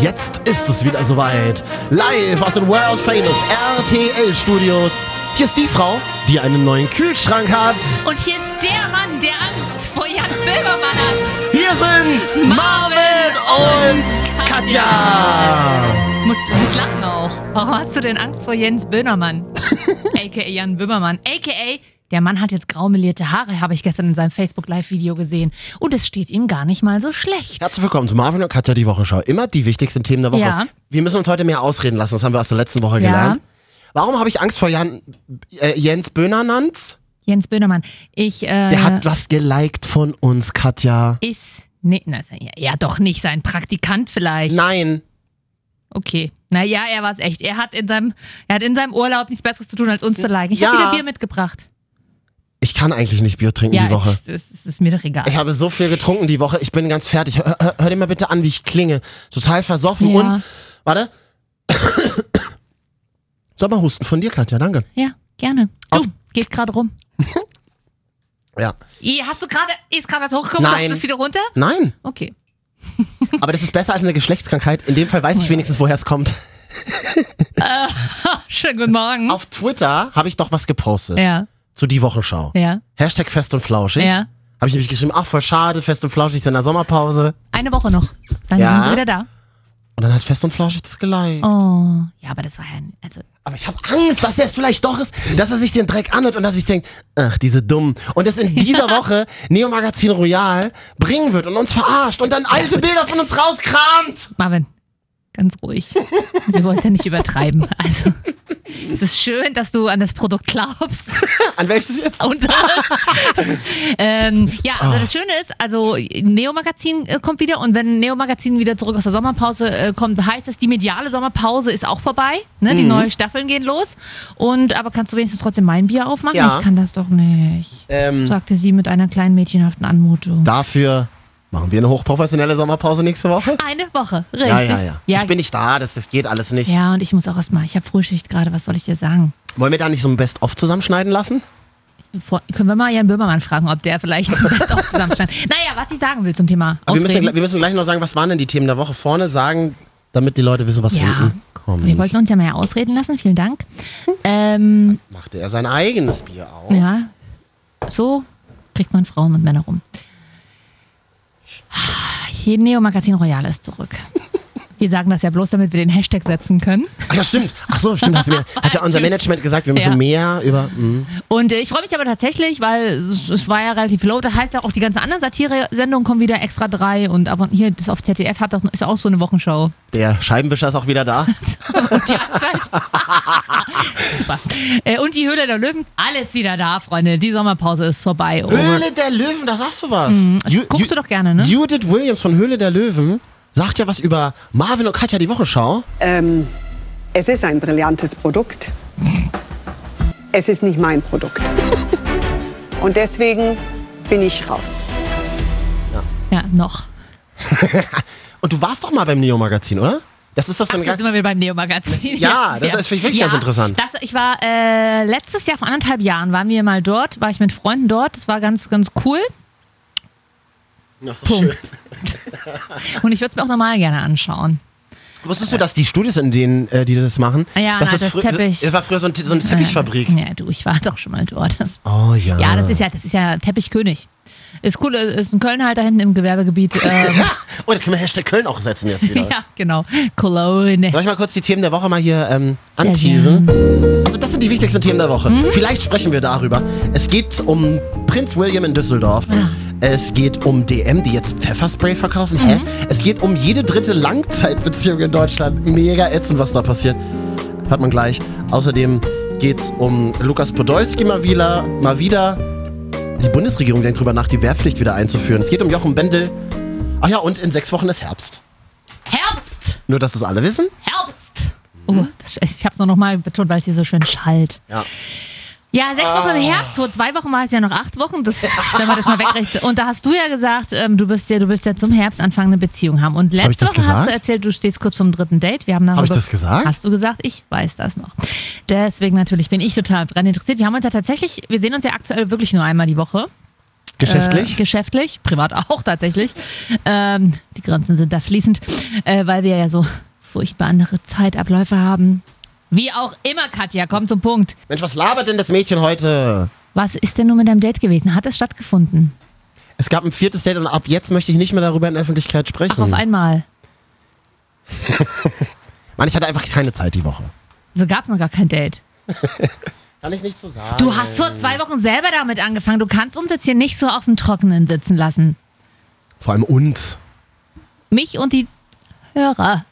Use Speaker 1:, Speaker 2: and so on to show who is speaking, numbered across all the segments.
Speaker 1: Jetzt ist es wieder soweit. Live aus den World Famous RTL Studios. Hier ist die Frau, die einen neuen Kühlschrank hat.
Speaker 2: Und hier ist der Mann, der Angst vor Jan Böhmermann hat.
Speaker 1: Hier sind Marvin und Katja.
Speaker 2: Muss, muss lachen auch. Warum hast du denn Angst vor Jens Böhmermann? A.k.a. Jan Böhmermann. A.k.a. Der Mann hat jetzt graumelierte Haare, habe ich gestern in seinem Facebook-Live-Video gesehen. Und es steht ihm gar nicht mal so schlecht.
Speaker 1: Herzlich willkommen zu Marvin und Katja die Wochenschau. Immer die wichtigsten Themen der Woche.
Speaker 2: Ja.
Speaker 1: Wir müssen uns heute mehr ausreden lassen, das haben wir aus der letzten Woche
Speaker 2: Ja.
Speaker 1: gelernt. Warum habe ich Angst vor Jan, äh, Jens Böhnernanz?
Speaker 2: Jens Böhmermann, ich, äh,
Speaker 1: Der hat was geliked von uns, Katja.
Speaker 2: ist, nee, na, ist er- ja, ja, doch nicht sein Praktikant vielleicht.
Speaker 1: Nein.
Speaker 2: Okay. Naja, er war es echt. Er hat, in seinem, er hat in seinem Urlaub nichts Besseres zu tun, als uns zu liken. Ich habe
Speaker 1: Ja.
Speaker 2: wieder Bier mitgebracht.
Speaker 1: Ich kann eigentlich nicht Bier trinken
Speaker 2: Ja,
Speaker 1: die Woche.
Speaker 2: es, es, es ist mir doch egal.
Speaker 1: Ich habe so viel getrunken die Woche, ich bin ganz fertig. Hör, hör, hör dir mal bitte an, wie ich klinge. Total versoffen
Speaker 2: Ja.
Speaker 1: und. Warte. Sommerhusten von dir, Katja, danke.
Speaker 2: Ja, gerne. Du,
Speaker 1: Auf-
Speaker 2: geht gerade rum.
Speaker 1: Ja.
Speaker 2: Je, hast du gerade, ist gerade was hochgekommen,
Speaker 1: Nein.
Speaker 2: Nein. ist wieder runter?
Speaker 1: Nein,
Speaker 2: Okay.
Speaker 1: aber das ist besser als eine Geschlechtskrankheit. In dem Fall
Speaker 2: Oh
Speaker 1: weiß ich wenigstens, woher es kommt.
Speaker 2: Hm? Schönen guten Morgen.
Speaker 1: Auf Twitter habe ich doch was gepostet
Speaker 2: ja,
Speaker 1: zu die Wochenschau.
Speaker 2: ja.
Speaker 1: Hashtag fest und flauschig.
Speaker 2: Ja.
Speaker 1: Habe ich nämlich geschrieben, ach voll schade, fest und flauschig ist in der Sommerpause.
Speaker 2: Eine Woche noch. Dann
Speaker 1: Ja.
Speaker 2: sind wir wieder da.
Speaker 1: Und dann hat fest und flauschig das geliked.
Speaker 2: Oh, ja, aber das war ja, also,
Speaker 1: Aber ich habe Angst, dass er es vielleicht doch ist, dass er sich den Dreck anhört und dass ich denke, ach, diese Dummen. Und das in dieser Woche Neo Magazin Royal bringen wird und uns verarscht und dann alte Bilder von uns rauskramt.
Speaker 2: Marvin, ganz ruhig. Sie wollte nicht übertreiben. Also, es ist schön, dass du an das Produkt glaubst.
Speaker 1: An welches jetzt?
Speaker 2: und alles. ähm, ja,
Speaker 1: Ah.
Speaker 2: also das Schöne ist, also Neo Magazin äh, kommt wieder und wenn Neo Magazin wieder zurück aus der Sommerpause äh, kommt, heißt das, die mediale Sommerpause ist auch vorbei. Ne?
Speaker 1: Mhm.
Speaker 2: Die neuen Staffeln gehen los. Und aber kannst du wenigstens trotzdem mein Bier aufmachen?
Speaker 1: Ja.
Speaker 2: Ich kann das doch nicht,
Speaker 1: Ähm,
Speaker 2: sagte sie mit einer kleinen mädchenhaften Anmutung.
Speaker 1: dafür machen wir eine hochprofessionelle Sommerpause nächste Woche.
Speaker 2: Eine Woche, richtig.
Speaker 1: Ja, ja, ja, Ich bin nicht da, das, das geht alles nicht.
Speaker 2: ja, und ich muss auch erstmal, ich habe Frühschicht gerade, was soll ich dir sagen?
Speaker 1: Wollen wir da nicht so ein Best-of zusammenschneiden lassen?
Speaker 2: Vor, können wir mal Jan Böhmermann fragen, ob der vielleicht das auch zusammenstand. Naja, was ich sagen will zum Thema.
Speaker 1: Aber Also wir müssen,
Speaker 2: Ausreden.
Speaker 1: gl- wir müssen gleich noch sagen, was waren denn die Themen der Woche vorne sagen, damit die Leute wissen, was
Speaker 2: Ja,
Speaker 1: hinten kommt.
Speaker 2: wir wollten uns ja mal ausreden lassen, vielen Dank. Ähm,
Speaker 1: Machte er sein eigenes Bier auf.
Speaker 2: ja, so kriegt man Frauen und Männer rum. Hier Neo Magazin Royal ist zurück. Wir sagen das ja bloß, damit wir den Hashtag setzen können.
Speaker 1: Ach ja, stimmt. Ach so, stimmt. Hast du mir, hat ja unser
Speaker 2: Tschüss.
Speaker 1: Management gesagt, wir müssen
Speaker 2: Ja.
Speaker 1: mehr über. mm.
Speaker 2: Und äh, ich freue mich aber tatsächlich, weil es, es war ja relativ low. Das heißt ja auch, die ganzen anderen Satire-Sendungen kommen wieder extra drei. Und aber hier, das auf ZDF hat doch, ist auch so eine Wochenshow.
Speaker 1: Der Scheibenwischer ist auch wieder da.
Speaker 2: und die Anstalt. Super. Äh, und die Höhle der Löwen, alles wieder da, Freunde. Die Sommerpause ist vorbei. Und
Speaker 1: Höhle der Löwen, da sagst du was. Ju-
Speaker 2: Mhm, guckst
Speaker 1: Ju-
Speaker 2: du doch gerne, ne?
Speaker 1: Judith Williams von Höhle der Löwen sagt ja was über Marvin und Katja die Wochenschau.
Speaker 3: Ähm, es ist ein brillantes Produkt. Es ist nicht mein Produkt. Und deswegen bin ich raus.
Speaker 2: Ja, noch.
Speaker 1: Und du warst doch mal beim Neo-Magazin, oder? Das ist das so
Speaker 2: Ach,
Speaker 1: ein
Speaker 2: jetzt sind wir wieder beim Neo-Magazin.
Speaker 1: Ja, das ist für mich wirklich ganz interessant.
Speaker 2: Das, ich war äh, letztes Jahr, vor anderthalb Jahren, waren wir mal dort, war ich mit Freunden dort. Das war ganz, ganz cool.
Speaker 1: Das ist schön.
Speaker 2: Punkt. Und ich würde es mir auch normal gerne anschauen.
Speaker 1: Wusstest du, dass die Studios, in denen äh, die das machen,
Speaker 2: Ah ja,
Speaker 1: dass
Speaker 2: na, das
Speaker 1: frü-
Speaker 2: Teppich.
Speaker 1: Das war früher so, ein, so eine Teppichfabrik.
Speaker 2: Ähm, Ja, du, ich war doch schon mal dort. Das
Speaker 1: Oh ja.
Speaker 2: Ja, das ist ja, das ist ja Teppichkönig. Ist cool, äh, ist ein Köln halt da hinten im Gewerbegebiet. Ähm,
Speaker 1: Oh, das können wir Hashtag Köln auch setzen jetzt wieder.
Speaker 2: ja, genau. Cologne.
Speaker 1: Soll ich mal kurz die Themen der Woche mal hier ähm, anteasen? Also das sind die wichtigsten Themen der Woche. Vielleicht sprechen wir darüber. Es geht um Prinz William in Düsseldorf. Es geht um DM, die jetzt Pfefferspray verkaufen. Hä? Es geht um jede dritte Langzeitbeziehung in Deutschland. Mega ätzend, was da passiert. Hört man gleich. Außerdem geht's um Lukas Podolski mal wieder. Mal wieder. Die Bundesregierung denkt drüber nach, die Wehrpflicht wieder einzuführen. Es geht um Jochen Bendel. Ach ja, und in sechs Wochen ist Herbst.
Speaker 2: Herbst!
Speaker 1: Nur, dass das alle wissen.
Speaker 2: Herbst! Oh, das, ich hab's nur nochmal betont, weil es hier so schön schallt.
Speaker 1: Ja.
Speaker 2: Ja, sechs Wochen
Speaker 1: Ah.
Speaker 2: Herbst, vor zwei Wochen war es ja noch acht Wochen, das, wenn man das mal wegrechnet. Und da hast du ja gesagt, ähm, du, bist ja, du willst ja zum Herbstanfang eine Beziehung haben. Und
Speaker 1: Hab ich
Speaker 2: letzte
Speaker 1: das
Speaker 2: Woche hast
Speaker 1: gesagt?
Speaker 2: du erzählt, du stehst kurz vom dritten Date. Wir haben darüber,
Speaker 1: ich das gesagt?
Speaker 2: Hast du gesagt, ich weiß das noch. Deswegen natürlich bin ich total brennend interessiert. Wir haben uns ja tatsächlich, wir sehen uns ja aktuell wirklich nur einmal die Woche.
Speaker 1: Geschäftlich?
Speaker 2: Äh, geschäftlich, privat auch tatsächlich. Ähm, die Grenzen sind da fließend, äh, weil wir ja so furchtbar andere Zeitabläufe haben. Wie auch immer, Katja, komm zum Punkt.
Speaker 1: Mensch, was labert denn das Mädchen heute?
Speaker 2: Was ist denn nun mit deinem Date gewesen? Hat es stattgefunden?
Speaker 1: Es gab ein viertes Date und ab jetzt möchte ich nicht mehr darüber in der Öffentlichkeit sprechen.
Speaker 2: Ach, auf einmal.
Speaker 1: Mann, ich hatte einfach keine Zeit die Woche.
Speaker 2: Also gab es noch gar kein Date.
Speaker 1: Kann ich nicht so sagen.
Speaker 2: Du hast vor zwei Wochen selber damit angefangen. Du kannst uns jetzt hier nicht so auf dem Trockenen sitzen lassen.
Speaker 1: Vor allem uns.
Speaker 2: Mich und die Hörer,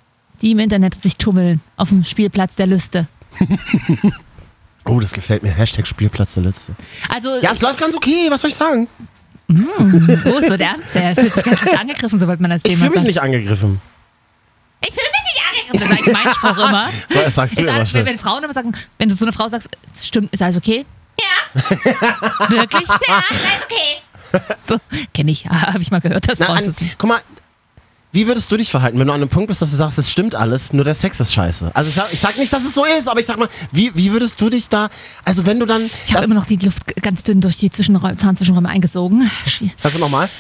Speaker 2: die im Internet sich tummeln, auf dem Spielplatz der Lüste.
Speaker 1: Oh, das gefällt mir. Hashtag Spielplatz der Letzte.
Speaker 2: Also,
Speaker 1: Ja, es läuft ganz okay. Was soll ich sagen?
Speaker 2: oh, es wird ernst. Er fühlt sich ganz richtig angegriffen, sobald man das
Speaker 1: Ich
Speaker 2: Thema
Speaker 1: fühle mich
Speaker 2: sagt.
Speaker 1: nicht angegriffen.
Speaker 2: Ich fühle mich nicht angegriffen. Das ist eigentlich mein Spruch immer.
Speaker 1: So, das sagst du
Speaker 2: Ist
Speaker 1: immer
Speaker 2: alles,
Speaker 1: schon.
Speaker 2: wenn Frauen immer sagen, wenn du zu einer Frau sagst, "Es stimmt, ist alles okay? Ja. Wirklich? Ja, alles okay. So, kenne ich, habe ich mal gehört, dass
Speaker 1: Na,
Speaker 2: Frauen
Speaker 1: an,
Speaker 2: das-
Speaker 1: guck mal, wie würdest du dich verhalten, wenn du an einem Punkt bist, dass du sagst, es stimmt alles, nur der Sex ist scheiße? Also ich sag, ich sag nicht, dass es so ist, aber ich sag mal, wie, wie würdest du dich da, also wenn du dann...
Speaker 2: Ich habe
Speaker 1: das-
Speaker 2: immer noch die Luft g- ganz dünn durch die Zwischenräume, Zahnzwischenräume eingesogen. Schwier-
Speaker 1: Kannst du nochmal?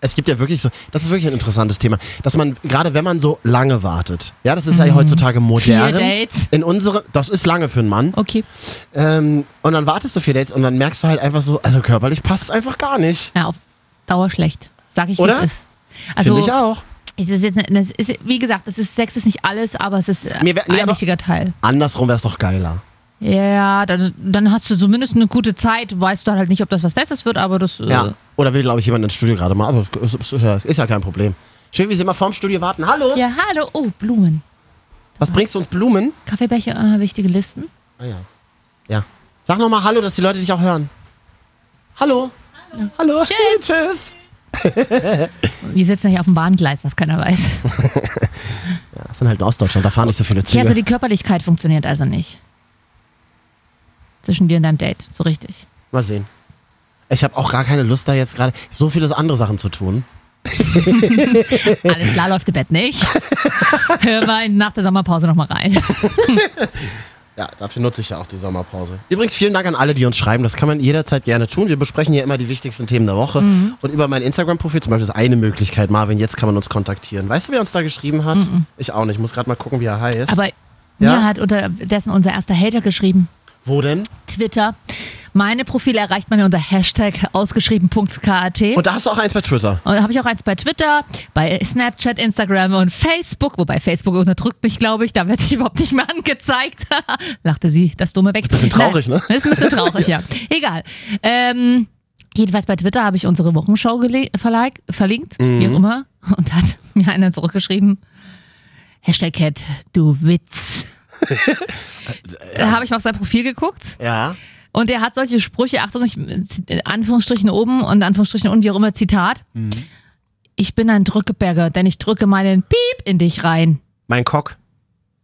Speaker 1: Es gibt ja wirklich so, das ist wirklich ein interessantes Thema, dass man, gerade wenn man so lange wartet, ja, das ist ja heutzutage modern.
Speaker 2: Mhm. Vier Dates.
Speaker 1: In unsere, das ist lange für einen Mann.
Speaker 2: Okay.
Speaker 1: Ähm, und dann wartest du vier Dates und dann merkst du halt einfach so, also körperlich passt es einfach gar nicht.
Speaker 2: Ja, auf Dauer schlecht. Sag ich, wie
Speaker 1: Oder?
Speaker 2: es ist. Also,
Speaker 1: Finde ich auch.
Speaker 2: es ist jetzt, ne- es ist, wie gesagt, es ist, Sex ist nicht alles, aber es ist äh,
Speaker 1: Mir wär- nee,
Speaker 2: ein
Speaker 1: aber-
Speaker 2: wichtiger Teil.
Speaker 1: Andersrum wäre es doch geiler.
Speaker 2: Ja, dann, dann hast du zumindest eine gute Zeit. Du Weißt du halt nicht, ob das was Besseres wird, aber das. äh,
Speaker 1: Ja. Oder will, glaube ich, jemand ins Studio gerade mal, aber es ist, ist, ja- ist ja kein Problem. Schön, wie sie immer vorm Studio warten. Hallo,
Speaker 2: ja, hallo. Oh, Blumen.
Speaker 1: was bringst du uns Blumen?
Speaker 2: Kaffeebecher, äh, wichtige Listen.
Speaker 1: Ah ja. Ja. Sag nochmal Hallo, dass die Leute dich auch hören. Hallo. Hallo.
Speaker 2: Tschüss.
Speaker 1: Tschüss.
Speaker 2: Wir sitzen hier auf dem Bahngleis, was keiner weiß.
Speaker 1: Das sind halt in Ostdeutschland, da fahren nicht so viele
Speaker 2: Okay,
Speaker 1: Züge.
Speaker 2: also die Körperlichkeit funktioniert also nicht. Zwischen dir und deinem Date, so richtig.
Speaker 1: Mal sehen. Ich habe auch gar keine Lust da jetzt gerade so viele andere Sachen zu tun.
Speaker 2: Alles klar, läuft im Bett nicht. Hör mal nach der Sommerpause nochmal rein.
Speaker 1: Ja, dafür nutze ich ja auch die Sommerpause. Übrigens vielen Dank an alle, die uns schreiben. Das kann man jederzeit gerne tun. Wir besprechen hier immer die wichtigsten Themen der Woche.
Speaker 2: Mhm.
Speaker 1: Und über mein Instagram-Profil zum Beispiel ist eine Möglichkeit, Marvin, jetzt kann man uns kontaktieren. Weißt du, wer uns da geschrieben hat? Ich auch nicht. Ich muss gerade mal gucken, wie er heißt.
Speaker 2: Mhm. Aber
Speaker 1: Ja?
Speaker 2: mir hat unterdessen unser erster Hater geschrieben,
Speaker 1: Wo denn?
Speaker 2: Twitter. Meine Profile erreicht man unter Hashtag ausgeschrieben.kat.
Speaker 1: Und da hast du auch eins bei Twitter.
Speaker 2: Und habe Äh, ich auch eins bei Twitter, bei Snapchat, Instagram und Facebook. Wobei Facebook unterdrückt mich, glaube ich. Da werde ich überhaupt nicht mehr angezeigt. Lachte sie, das Dumme weg.
Speaker 1: Bisschen traurig,
Speaker 2: Nein,
Speaker 1: ne?
Speaker 2: Ist ein bisschen traurig, ja. Egal. Ähm, jedenfalls bei Twitter habe ich unsere Wochenschau gele- verlag- verlinkt, wie
Speaker 1: Mhm.
Speaker 2: auch immer. Und da hat mir einer zurückgeschrieben, Hashtag Cat, du Witz. Da habe ich mal auf sein Profil geguckt.
Speaker 1: Ja.
Speaker 2: Und er hat solche Sprüche, Achtung, ich, äh, Anführungsstrichen oben und Anführungsstrichen unten, wie auch immer, Zitat.
Speaker 1: Mhm.
Speaker 2: Ich bin ein Drückeberger, denn ich drücke meinen Piep in dich rein.
Speaker 1: Mein Cock.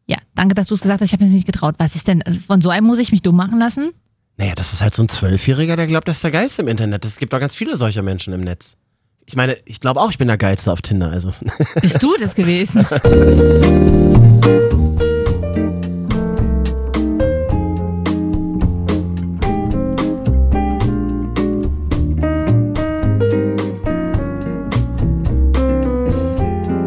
Speaker 2: Ja, danke, dass du es gesagt hast. Ich habe mir das nicht getraut. Was ist denn? äh, Von so einem muss ich mich dumm machen lassen?
Speaker 1: Naja, das ist halt so ein Zwölfjähriger, der glaubt, er ist der Geilste im Internet. Es gibt doch ganz viele solcher Menschen im Netz. Ich meine, ich glaube auch, ich bin der Geilste auf Tinder. Also.
Speaker 2: Bist du das gewesen?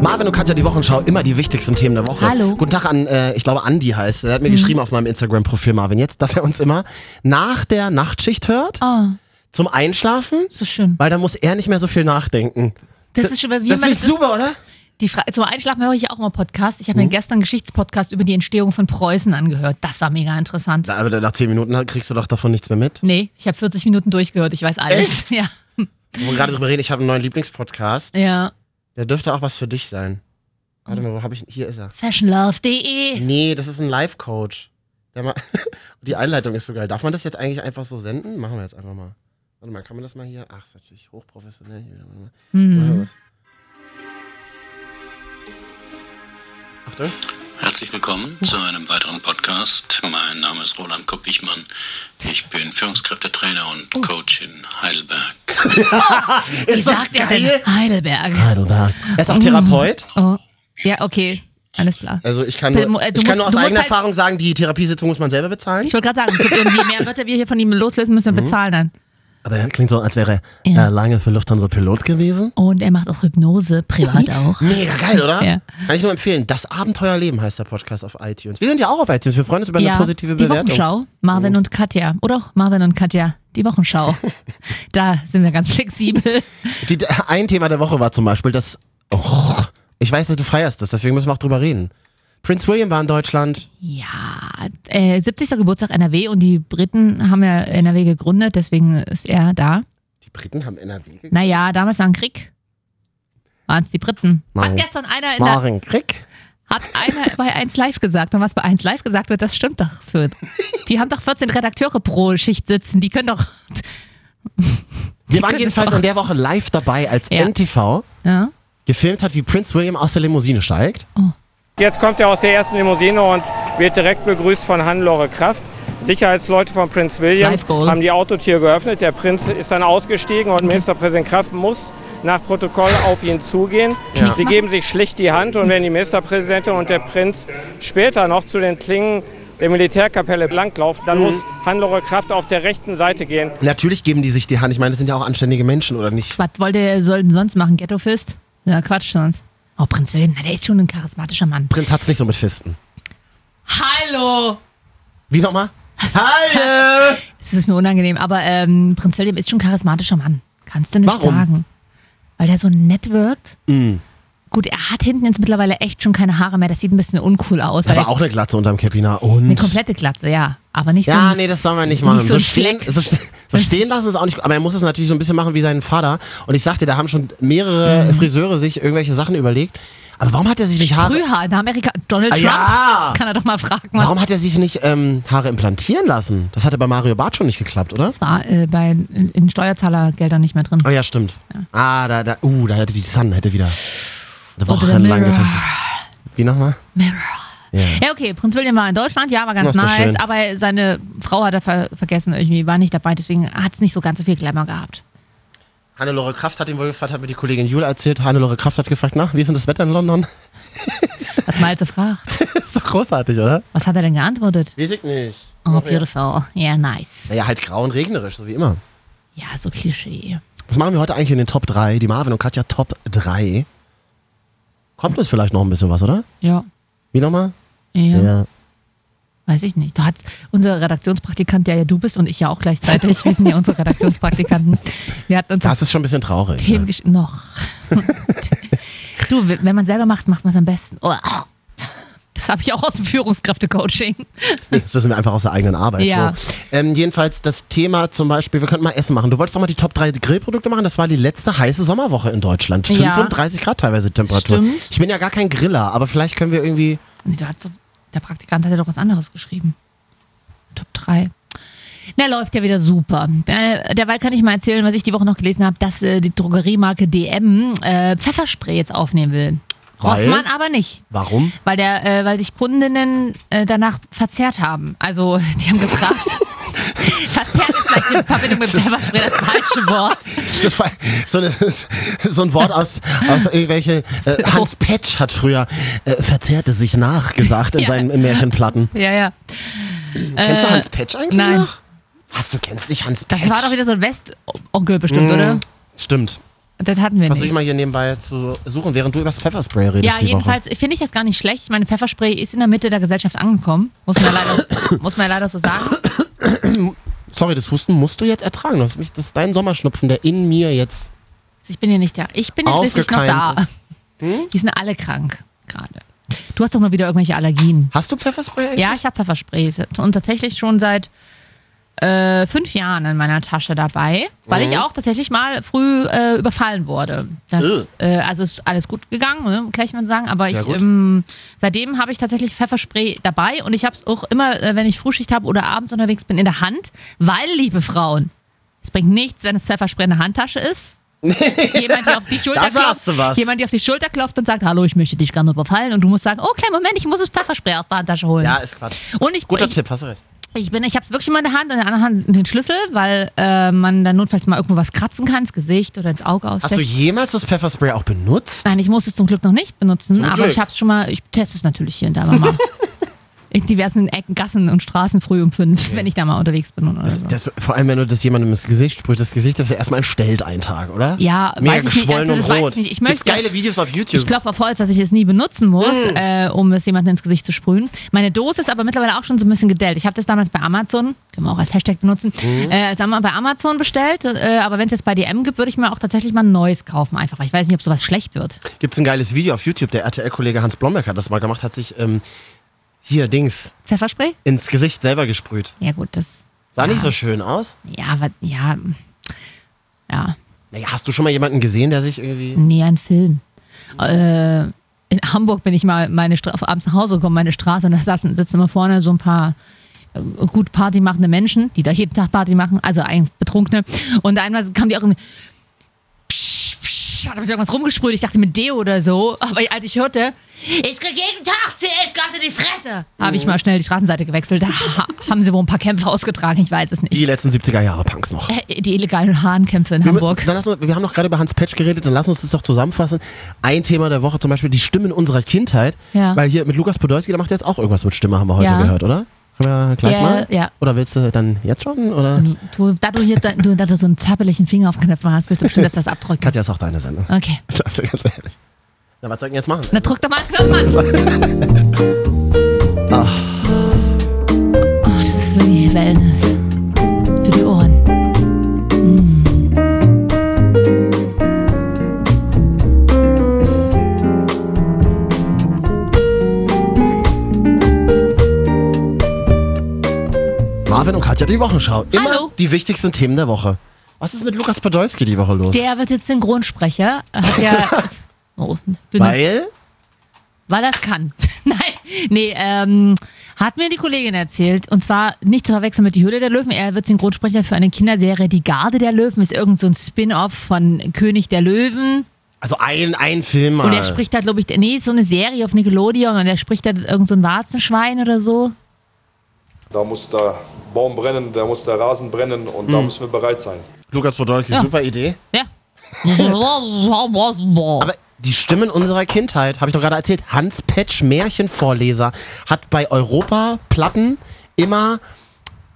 Speaker 1: Marvin und Katja, die Wochenschau, immer die wichtigsten Themen der Woche.
Speaker 2: Hallo. Mhm.
Speaker 1: Guten Tag an, äh, ich glaube, Andi heißt. er. Der hat mir geschrieben auf meinem Instagram-Profil, Marvin, jetzt, dass er uns immer nach der Nachtschicht hört,
Speaker 2: Oh,
Speaker 1: zum Einschlafen,
Speaker 2: so schön.
Speaker 1: weil dann muss er nicht mehr so viel nachdenken.
Speaker 2: Das ist schon bei mir.
Speaker 1: das ist super, oder?
Speaker 2: Die Fra Zum Einschlafen höre ich auch immer Podcasts. Ich habe
Speaker 1: Mhm.
Speaker 2: mir gestern einen Geschichtspodcast über die Entstehung von Preußen angehört. Das war mega interessant.
Speaker 1: Aber nach zehn Minuten kriegst du doch davon nichts mehr mit.
Speaker 2: Nee, ich habe 40 Minuten durchgehört. Ich weiß alles. Ja.
Speaker 1: Wo wir gerade drüber reden, ich habe einen neuen Lieblingspodcast.
Speaker 2: Ja.
Speaker 1: Der dürfte auch was für dich sein. Warte mal, wo habe ich ihn? Hier ist er.
Speaker 2: Fashionlove.de.
Speaker 1: Nee, das ist ein Live-Coach. Der ma- Die Einleitung ist so geil. Darf man das jetzt eigentlich einfach so senden? Machen wir jetzt einfach mal. Warte mal, kann man das mal hier? Ach, ist natürlich hochprofessionell. hier. Warte mal.
Speaker 2: Mhm.
Speaker 1: Machen wir was. Achtung.
Speaker 4: Herzlich willkommen zu einem weiteren Podcast. Mein Name ist Roland Kopp-Wichmann. Ich bin Führungskräftetrainer und Coach in Heidelberg.
Speaker 2: Wie sagt ihr denn? Mhm. Heidelberg.
Speaker 1: Heidelberg. Er ist auch Therapeut.
Speaker 2: Oh. Ja, okay. Alles klar.
Speaker 1: Also ich kann
Speaker 2: Du
Speaker 1: nur,
Speaker 2: musst-
Speaker 1: ich kann nur aus
Speaker 2: du musst
Speaker 1: eigener
Speaker 2: halt-
Speaker 1: Erfahrung sagen, die Therapiesitzung muss man selber bezahlen. Mhm.
Speaker 2: Ich wollte gerade sagen, je mehr Wörter wir hier von ihm loslösen, müssen wir bezahlen dann.
Speaker 1: Aber er klingt so, als wäre
Speaker 2: Ja.
Speaker 1: er lange für Lufthansa Pilot gewesen.
Speaker 2: Und er macht auch Hypnose, privat auch.
Speaker 1: Mega geil, oder?
Speaker 2: Ja.
Speaker 1: Kann ich nur empfehlen. Das Abenteuerleben heißt der Podcast auf iTunes. Wir sind ja auch auf iTunes. Wir freuen uns über eine positive
Speaker 2: die
Speaker 1: Bewertung. Mhm.
Speaker 2: Wochenschau, Marvin und Katja. Oder auch Marvin und Katja, die Wochenschau. da sind wir ganz flexibel.
Speaker 1: Die, ein Thema der Woche war zum Beispiel das. Oh, ich weiß, dass du feierst das, deswegen müssen wir auch drüber reden. Prince William war in Deutschland.
Speaker 2: Ja, äh, 70. Geburtstag NRW und die Briten haben ja NRW gegründet, deswegen ist er da.
Speaker 1: Die Briten haben NRW gekriegt.
Speaker 2: Naja, damals war ein Krieg. Waren es die Briten.
Speaker 1: Nein.
Speaker 2: Hat gestern einer, in der,
Speaker 1: Maren Krieg.
Speaker 2: hat einer bei 1 Live gesagt. Und was bei 1 Live gesagt wird, das stimmt doch. Für, die haben doch 14 Redakteure pro Schicht sitzen. Die können doch.
Speaker 1: Wir waren
Speaker 2: können
Speaker 1: jedenfalls
Speaker 2: doch-
Speaker 1: in der Woche live dabei, als
Speaker 2: Ja.
Speaker 1: NTV
Speaker 2: Ja? Oh.
Speaker 1: gefilmt hat, wie Prince William aus der Limousine steigt.
Speaker 5: Jetzt kommt er aus der ersten Limousine und wird direkt begrüßt von Hannelore Kraft. Sicherheitsleute von Prinz William
Speaker 2: Live Goal.
Speaker 5: haben die Autotür geöffnet. Der Prinz ist dann ausgestiegen und Ministerpräsident Kraft muss nach Protokoll auf ihn zugehen.
Speaker 2: Ja.
Speaker 5: Sie geben sich schlicht die Hand und wenn die Ministerpräsidentin und der Prinz später noch zu den Klingen der Militärkapelle langlaufen,
Speaker 2: Mhm.
Speaker 5: dann muss Hannelore Kraft auf der rechten Seite gehen.
Speaker 1: Natürlich geben die sich die Hand. Ich meine, das sind ja auch anständige Menschen, oder nicht?
Speaker 2: Was wollte er, sollten sonst machen? Ghetto Fist? Ja, Quatsch sonst. Oh, Prinz Wilhelm, na, der ist schon ein charismatischer Mann.
Speaker 1: Prinz hat's nicht so mit Fisten.
Speaker 2: Hallo!
Speaker 1: Wie nochmal? Hi!
Speaker 2: Das ist mir unangenehm, aber ähm, Prinz William ist schon ein charismatischer Mann. Kannst du nicht
Speaker 1: Warum? Mm.
Speaker 2: sagen. Weil der so nett wirkt. Gut, er hat hinten jetzt mittlerweile echt schon keine Haare mehr. Das sieht ein bisschen uncool aus. Weil
Speaker 1: Aber
Speaker 2: er-
Speaker 1: auch eine Glatze unterm Kepina und.
Speaker 2: eine komplette Glatze, ja. Aber nicht so.
Speaker 1: Ja,
Speaker 2: ein-
Speaker 1: nee, das sollen wir nicht machen.
Speaker 2: Nicht so
Speaker 1: so,
Speaker 2: ein
Speaker 1: stehen,
Speaker 2: Fleck.
Speaker 1: so, ste- so stehen lassen ist auch nicht gut. Aber er muss es natürlich so ein bisschen machen wie seinen Vater. Und ich sagte, da haben schon mehrere
Speaker 2: Mhm.
Speaker 1: Friseure sich irgendwelche Sachen überlegt. Aber warum hat er sich nicht Haare,
Speaker 2: Sprühhaar in Amerika. Donald
Speaker 1: Ah,
Speaker 2: Trump.
Speaker 1: ja.
Speaker 2: Kann er doch mal fragen, was
Speaker 1: warum hat er sich nicht ähm, Haare implantieren lassen? Das hatte bei Mario Barth schon nicht geklappt, oder?
Speaker 2: das war äh, bei in, in Steuerzahlergeldern nicht mehr drin.
Speaker 1: Oh ja, stimmt. Ah, da, da, uh, da hätte die Sun hätte wieder eine
Speaker 2: Unter der
Speaker 1: Woche lang
Speaker 2: Mirror.
Speaker 1: getestet. Wie nochmal?
Speaker 2: Mirror.
Speaker 1: Ja.
Speaker 2: Ja, okay, Prinz William war in Deutschland, ja, war ganz
Speaker 1: Das ist doch
Speaker 2: nice,
Speaker 1: schön.
Speaker 2: aber seine Frau hat er ver vergessen irgendwie, war nicht dabei, deswegen hat es nicht so ganz so viel Glamour gehabt.
Speaker 1: Hannelore Kraft hat ihm wohl gefragt, hat mir die Kollegin Jule erzählt. Hannelore Kraft hat gefragt, na, wie ist denn das Wetter in London?
Speaker 2: Hat Malze gefragt.
Speaker 1: ist doch großartig, oder?
Speaker 2: Was hat er denn geantwortet?
Speaker 1: Weiß ich nicht.
Speaker 2: Oh, beautiful. Ja, nice.
Speaker 1: Naja, halt grau und regnerisch, so wie immer.
Speaker 2: Ja, so Klischee.
Speaker 1: Was machen wir heute eigentlich in den Top 3? Die Marvin und Katja Top 3. Kommt uns vielleicht noch ein bisschen was, oder?
Speaker 2: Ja.
Speaker 1: Wie nochmal?
Speaker 2: Ja, weiß ich nicht. Du hast unser Redaktionspraktikant, der ja du bist und ich ja auch gleichzeitig, wir sind ja unsere Redaktionspraktikanten. Wir hatten uns
Speaker 1: Das ist schon ein bisschen traurig. ne?
Speaker 2: Themen gesch- noch. du, w- wenn man selber macht, macht man es am besten. Oh. Das habe ich auch aus dem Führungskräftecoaching.
Speaker 1: ne? Das wissen wir einfach aus der eigenen Arbeit.
Speaker 2: Ja.
Speaker 1: So. Ähm, jedenfalls das Thema zum Beispiel, wir könnten mal Essen machen. Du wolltest doch mal die Top 3 Grillprodukte machen. Das war die letzte heiße Sommerwoche in Deutschland.
Speaker 2: Ja.
Speaker 1: 35 Grad teilweise Temperatur.
Speaker 2: Stimmt.
Speaker 1: Ich bin ja gar kein Griller, aber vielleicht können wir irgendwie.
Speaker 2: Nee, du hast, der Praktikant hat ja doch was anderes geschrieben. Top 3. Na, läuft ja wieder super. Äh, derweil kann ich mal erzählen, was ich die Woche noch gelesen habe, dass äh, die Drogeriemarke DM äh, Pfefferspray jetzt aufnehmen will.
Speaker 1: Weil?
Speaker 2: Hoffmann aber nicht.
Speaker 1: Warum?
Speaker 2: Weil, der, äh, weil sich Kundinnen äh, danach verzehrt haben. Also, die haben gefragt. verzerrt ist vielleicht in Verbindung mit Pfefferspray das falsche Wort.
Speaker 1: Das war so, eine, so ein Wort aus, aus irgendwelche. Äh, Hans Petsch hat früher äh, verzehrte sich nachgesagt in
Speaker 2: Ja.
Speaker 1: seinen Märchenplatten.
Speaker 2: Ja, ja.
Speaker 1: Kennst du Hans Petsch eigentlich
Speaker 2: nein.
Speaker 1: noch? Was, du kennst nicht Hans Petsch? Hm.
Speaker 2: Das war doch wieder so ein Westonkel bestimmt, oder?
Speaker 1: Stimmt.
Speaker 2: Das hatten
Speaker 1: Versuche
Speaker 2: wir nicht.
Speaker 1: Mhm. ich mal hier nebenbei zu suchen, während du über das Pfefferspray redest
Speaker 2: Ja,
Speaker 1: die
Speaker 2: jedenfalls finde ich das gar nicht schlecht. Ich meine, Pfefferspray ist in der Mitte der Gesellschaft angekommen. Muss man ja leider, muss man ja leider so sagen. Also
Speaker 1: Woche. Sorry, das Husten musst du jetzt ertragen. Das ist, mich, das ist dein Sommerschnupfen, der in mir jetzt...
Speaker 2: Also ich bin hier nicht da. Ich bin jetzt schließlich noch da.
Speaker 1: Aufgekeimt
Speaker 2: Die sind alle krank gerade. Du hast doch noch wieder irgendwelche Allergien.
Speaker 1: Hast du Pfefferspray? eigentlich?
Speaker 2: Ja, ich habe Pfeffersprays und tatsächlich schon seit äh, fünf Jahren in meiner Tasche dabei, weil
Speaker 1: Mhm.
Speaker 2: ich auch tatsächlich mal früh äh, überfallen wurde. Das,
Speaker 1: Ugh.
Speaker 2: äh, also ist alles gut gegangen, ne? gleich mal sagen, aber
Speaker 1: Sehr
Speaker 2: ich,
Speaker 1: gut.
Speaker 2: ähm, seitdem habe ich tatsächlich Pfefferspray dabei und ich habe es auch immer, äh, wenn ich Frühschicht habe oder abends unterwegs bin, in der Hand, weil, liebe Frauen, es bringt nichts, wenn das Pfefferspray in der Handtasche ist. jemand, der auf die Schulter
Speaker 1: Da sagst du was.
Speaker 2: klopft, jemand, der auf die Schulter klopft und sagt, hallo, ich möchte dich gerne überfallen und du musst sagen, okay, Moment, ich muss das Pfefferspray aus der Handtasche holen.
Speaker 1: Ja, ist Quatsch.
Speaker 2: Und ich,
Speaker 1: Guter
Speaker 2: ich,
Speaker 1: Tipp, hast du recht.
Speaker 2: ich bin, ich habe es wirklich immer in der Hand und in der anderen Hand den Schlüssel, weil äh, man dann notfalls mal irgendwo was kratzen kann, ins Gesicht oder ins Auge
Speaker 1: Hast du
Speaker 2: ausstechen.
Speaker 1: jemals das Pfefferspray auch benutzt?
Speaker 2: Nein, ich muss es zum Glück noch nicht benutzen,
Speaker 1: Zum
Speaker 2: aber
Speaker 1: Glück.
Speaker 2: ich habe es schon mal. Ich teste es natürlich hier und da mal. in diversen Ecken, Gassen und Straßen früh um fünf, wenn ich da mal unterwegs bin oder so.
Speaker 1: Das, vor allem, wenn du das jemandem ins Gesicht sprühst, das Gesicht ist ja erstmal entstellt einen Tag, oder?
Speaker 2: Ja,
Speaker 1: Mehr
Speaker 2: weiß ich nicht,
Speaker 1: geschwollen
Speaker 2: also das
Speaker 1: und
Speaker 2: weiß
Speaker 1: rot.
Speaker 2: ich nicht. Ich
Speaker 1: Gibt's
Speaker 2: möchte-
Speaker 1: geile Videos auf YouTube.
Speaker 2: Ich glaube auf Holz, dass ich es nie benutzen muss, äh, um es jemandem ins Gesicht zu sprühen. Meine Dose ist aber mittlerweile auch schon so ein bisschen gedellt. Ich habe das damals bei Amazon, können wir auch als Hashtag benutzen, äh, als Ama- bei Amazon bestellt. Äh, aber wenn es jetzt bei DM gibt, würde ich mir auch tatsächlich mal ein neues kaufen einfach. weil Ich weiß nicht, ob sowas schlecht wird.
Speaker 1: Gibt's ein geiles Video auf YouTube. Der RTL-Kollege Hans Blomberg hat das mal gemacht, hat sich ähm, hier Dings
Speaker 2: Pfefferspray?
Speaker 1: ins Gesicht selber gesprüht.
Speaker 2: Ja gut, das,
Speaker 1: Sah nicht so schön aus.
Speaker 2: ja, aber, ja, ja,
Speaker 1: Naja, hast du schon mal jemanden gesehen, der sich irgendwie.
Speaker 2: nee, ein Film. Äh, in Hamburg bin ich mal meine Stra auf- abends nach Hause gekommen, meine Straße, und da saßen, sitzen immer vorne so ein paar äh, gut Party machende Menschen, die da jeden Tag Party machen, also eigentlich Betrunkene. Und einmal kam die auch in Psch, psch, hat mich irgendwas rumgesprüht, ich dachte mit Deo oder so, aber als ich hörte, ich krieg jeden Tag CF gerade in die Fresse, habe ich mal schnell die Straßenseite gewechselt. Da ha- haben sie wohl ein paar Kämpfe ausgetragen, ich weiß es nicht.
Speaker 1: Die letzten 70er Jahre Punks noch.
Speaker 2: Äh, Die illegalen Hahnkämpfe in Hamburg.
Speaker 1: Dann lass uns, wir haben noch gerade über Hans Petsch geredet, dann lass uns das doch zusammenfassen. Ein Thema der Woche, zum Beispiel die Stimmen unserer Kindheit.
Speaker 2: Ja.
Speaker 1: Weil hier mit Lukas Podolski, der macht jetzt auch irgendwas mit Stimme, haben wir heute
Speaker 2: Ja.
Speaker 1: gehört, oder? Können wir gleich
Speaker 2: Ja,
Speaker 1: mal?
Speaker 2: ja. Mhm.
Speaker 1: Oder willst du dann jetzt schon? Oder?
Speaker 2: Du, da du hier de- du, da du so einen zappeligen Finger auf Knöpfen hast, willst du bestimmt, dass das abdrücken.
Speaker 1: Katja ist auch deine Sendung.
Speaker 2: Okay.
Speaker 1: Sagst du ganz ehrlich. Na, was soll ich denn jetzt machen?
Speaker 2: Na drück doch mal einen Knopf, Mann. Oh, das ist für die Wellness. Für die Ohren.
Speaker 1: Marvin und Katja, die Wochenschau. Immer
Speaker 2: Hallo.
Speaker 1: die wichtigsten Themen der Woche. Was ist mit Lukas Podolski die Woche los?
Speaker 2: Der wird jetzt Synchronsprecher. Hat ja. Oh, bin-
Speaker 1: Weil?
Speaker 2: weil das kann. Nein, nee, ähm, hat mir die Kollegin erzählt. Und zwar nicht zu verwechseln mit Die Höhle der Löwen. Er wird Synchronsprecher für eine Kinderserie. Die Garde der Löwen ist irgend so ein Spin-off von König der Löwen.
Speaker 1: Also ein, ein Film mal.
Speaker 2: Und er spricht da, glaube ich, nee, so eine Serie auf Nickelodeon und er spricht da irgend so ein Warzenschwein oder so.
Speaker 6: Da muss der Baum brennen, da muss der Rasen brennen und da müssen wir bereit sein.
Speaker 1: Lukas Podolski, super Idee.
Speaker 2: Ja. Aber
Speaker 1: Aber die Stimmen unserer Kindheit, habe ich doch gerade erzählt, Hans Petsch, Märchenvorleser, hat bei Europa Platten immer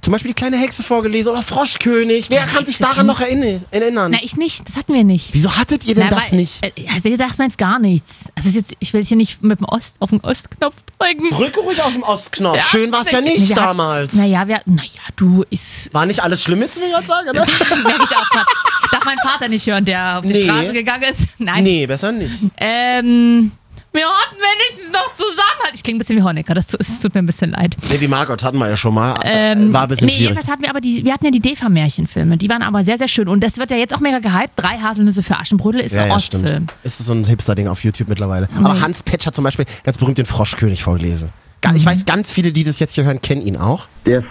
Speaker 1: zum Beispiel die kleine Hexe vorgelesen oder Froschkönig. Wer kann sich daran noch erinner- erinnern?
Speaker 2: Na, ich nicht, das hatten wir nicht.
Speaker 1: Wieso hattet ihr denn
Speaker 2: Na,
Speaker 1: das
Speaker 2: weil-
Speaker 1: nicht?
Speaker 2: äh, Also, ihr sagt mir jetzt gar nichts. Also, ist jetzt, ich will jetzt hier nicht mit dem Ost, auf den Ostknopf drücken.
Speaker 1: Drücke ruhig auf den Ostknopf.
Speaker 2: Ja,
Speaker 1: Schön war es ja nicht damals.
Speaker 2: Naja, wir, naja, du, ist,
Speaker 1: War nicht alles schlimm, jetzt will ich ne? gerade sagen, oder?
Speaker 2: merke ich auch grad. Darf mein Vater nicht hören, der auf die
Speaker 1: Nee.
Speaker 2: Straße gegangen ist? Nein.
Speaker 1: Nee, besser nicht.
Speaker 2: Ähm, wir hatten wenigstens noch Zusammenhalt. Ich klinge ein bisschen wie Honecker, das, tu- es tut mir ein bisschen leid.
Speaker 1: Nee, die Margot hatten wir ja schon mal.
Speaker 2: Ähm,
Speaker 1: War ein bisschen
Speaker 2: nee,
Speaker 1: schwierig.
Speaker 2: jedenfalls hatten wir aber die, wir hatten ja die DEFA-Märchenfilme, die waren aber sehr, sehr schön. Und das wird ja jetzt auch mega gehypt. Drei Haselnüsse für Aschenbrödel ist ein Ostfilm. Mhm.
Speaker 1: stimmt. Ist so ein Hipster-Ding auf YouTube mittlerweile. Aber Hans Petsch hat zum Beispiel ganz berühmt den Froschkönig vorgelesen. Ga-
Speaker 2: Mhm.
Speaker 1: Ich weiß, ganz viele, die das jetzt hier hören, kennen ihn auch.
Speaker 7: Der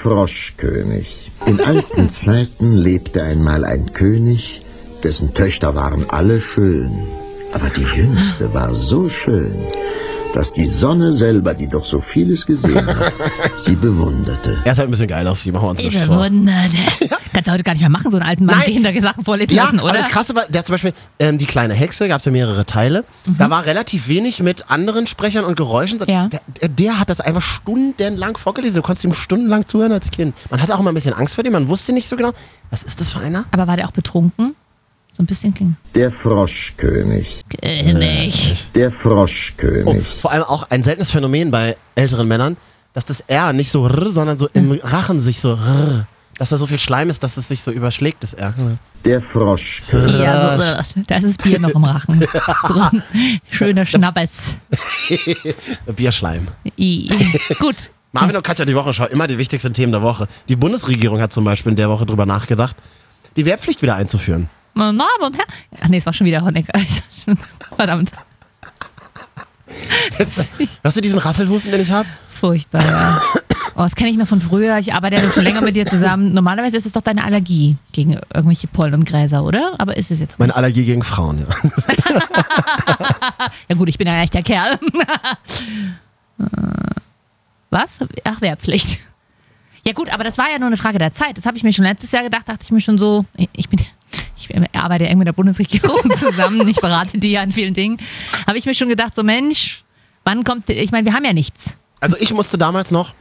Speaker 7: Froschkönig. In alten Zeiten lebte einmal ein König, dessen Töchter waren alle schön. Aber die jüngste war so schön, dass die Sonne selber, die doch so vieles gesehen hat, sie bewunderte.
Speaker 1: Er ist halt ein bisschen geil auf sie, machen wir uns nicht vor.
Speaker 2: Bewundert. Kannst du heute ne? gar nicht mehr machen, so einen alten Mann,
Speaker 1: Nein.
Speaker 2: der hinter Sachen vorlesen
Speaker 1: Ja,
Speaker 2: lassen,
Speaker 1: aber
Speaker 2: oder?
Speaker 1: das Krasse war, der hat zum Beispiel ähm, die kleine Hexe, gab es ja mehrere Teile. Da war relativ wenig mit anderen Sprechern und Geräuschen.
Speaker 2: Mhm. Ja.
Speaker 1: Der, der hat das einfach stundenlang vorgelesen. Du konntest ihm stundenlang zuhören als Kind. Man hatte auch immer ein bisschen Angst vor dem, man wusste nicht so genau, was ist das für einer?
Speaker 2: Aber war der auch betrunken? So ein bisschen klingt.
Speaker 7: Der Froschkönig.
Speaker 2: Äh, nicht.
Speaker 7: Der
Speaker 1: Oh,
Speaker 7: Froschkönig.
Speaker 1: vor allem auch ein seltenes Phänomen bei älteren Männern, dass das R nicht so rr, sondern so
Speaker 2: Hm.
Speaker 1: im Rachen sich so rr, dass da so viel Schleim ist, dass es sich so überschlägt, das R.
Speaker 7: Der Froschkönig.
Speaker 2: Ja, so, äh, da ist das Bier noch im Rachen. Drin. Schöner Schnappes.
Speaker 1: Bierschleim.
Speaker 2: I. Gut.
Speaker 1: Marvin und Katja, die Wochenschau, immer die wichtigsten Themen der Woche. Die Bundesregierung hat zum Beispiel in der Woche drüber nachgedacht, die Wehrpflicht wieder einzuführen.
Speaker 2: Meine Damen und Herren. Ach nee, es war schon wieder Honecker. Verdammt.
Speaker 1: Hörst du diesen Rasselhusten, den ich habe?
Speaker 2: Furchtbar. Ja. Oh, das kenne ich noch von früher. Ich arbeite ja nun schon länger mit dir zusammen. Normalerweise ist es doch deine Allergie gegen irgendwelche Pollen und Gräser, oder? Aber ist es jetzt
Speaker 1: Meine
Speaker 2: nicht.
Speaker 1: Allergie gegen Frauen, ja.
Speaker 2: Ja gut, ich bin ja ein echter Kerl. Äh, Was? Ach, Wehrpflicht. Ja gut, aber das war ja nur eine Frage der Zeit. Das habe ich mir schon letztes Jahr gedacht, dachte ich mir schon so, ich bin ich arbeite ja eng mit der Bundesregierung zusammen, ich berate die ja an vielen Dingen. Habe ich mir schon gedacht, so Mensch, wann kommt ich meine, wir haben ja nichts.
Speaker 1: Also ich musste damals noch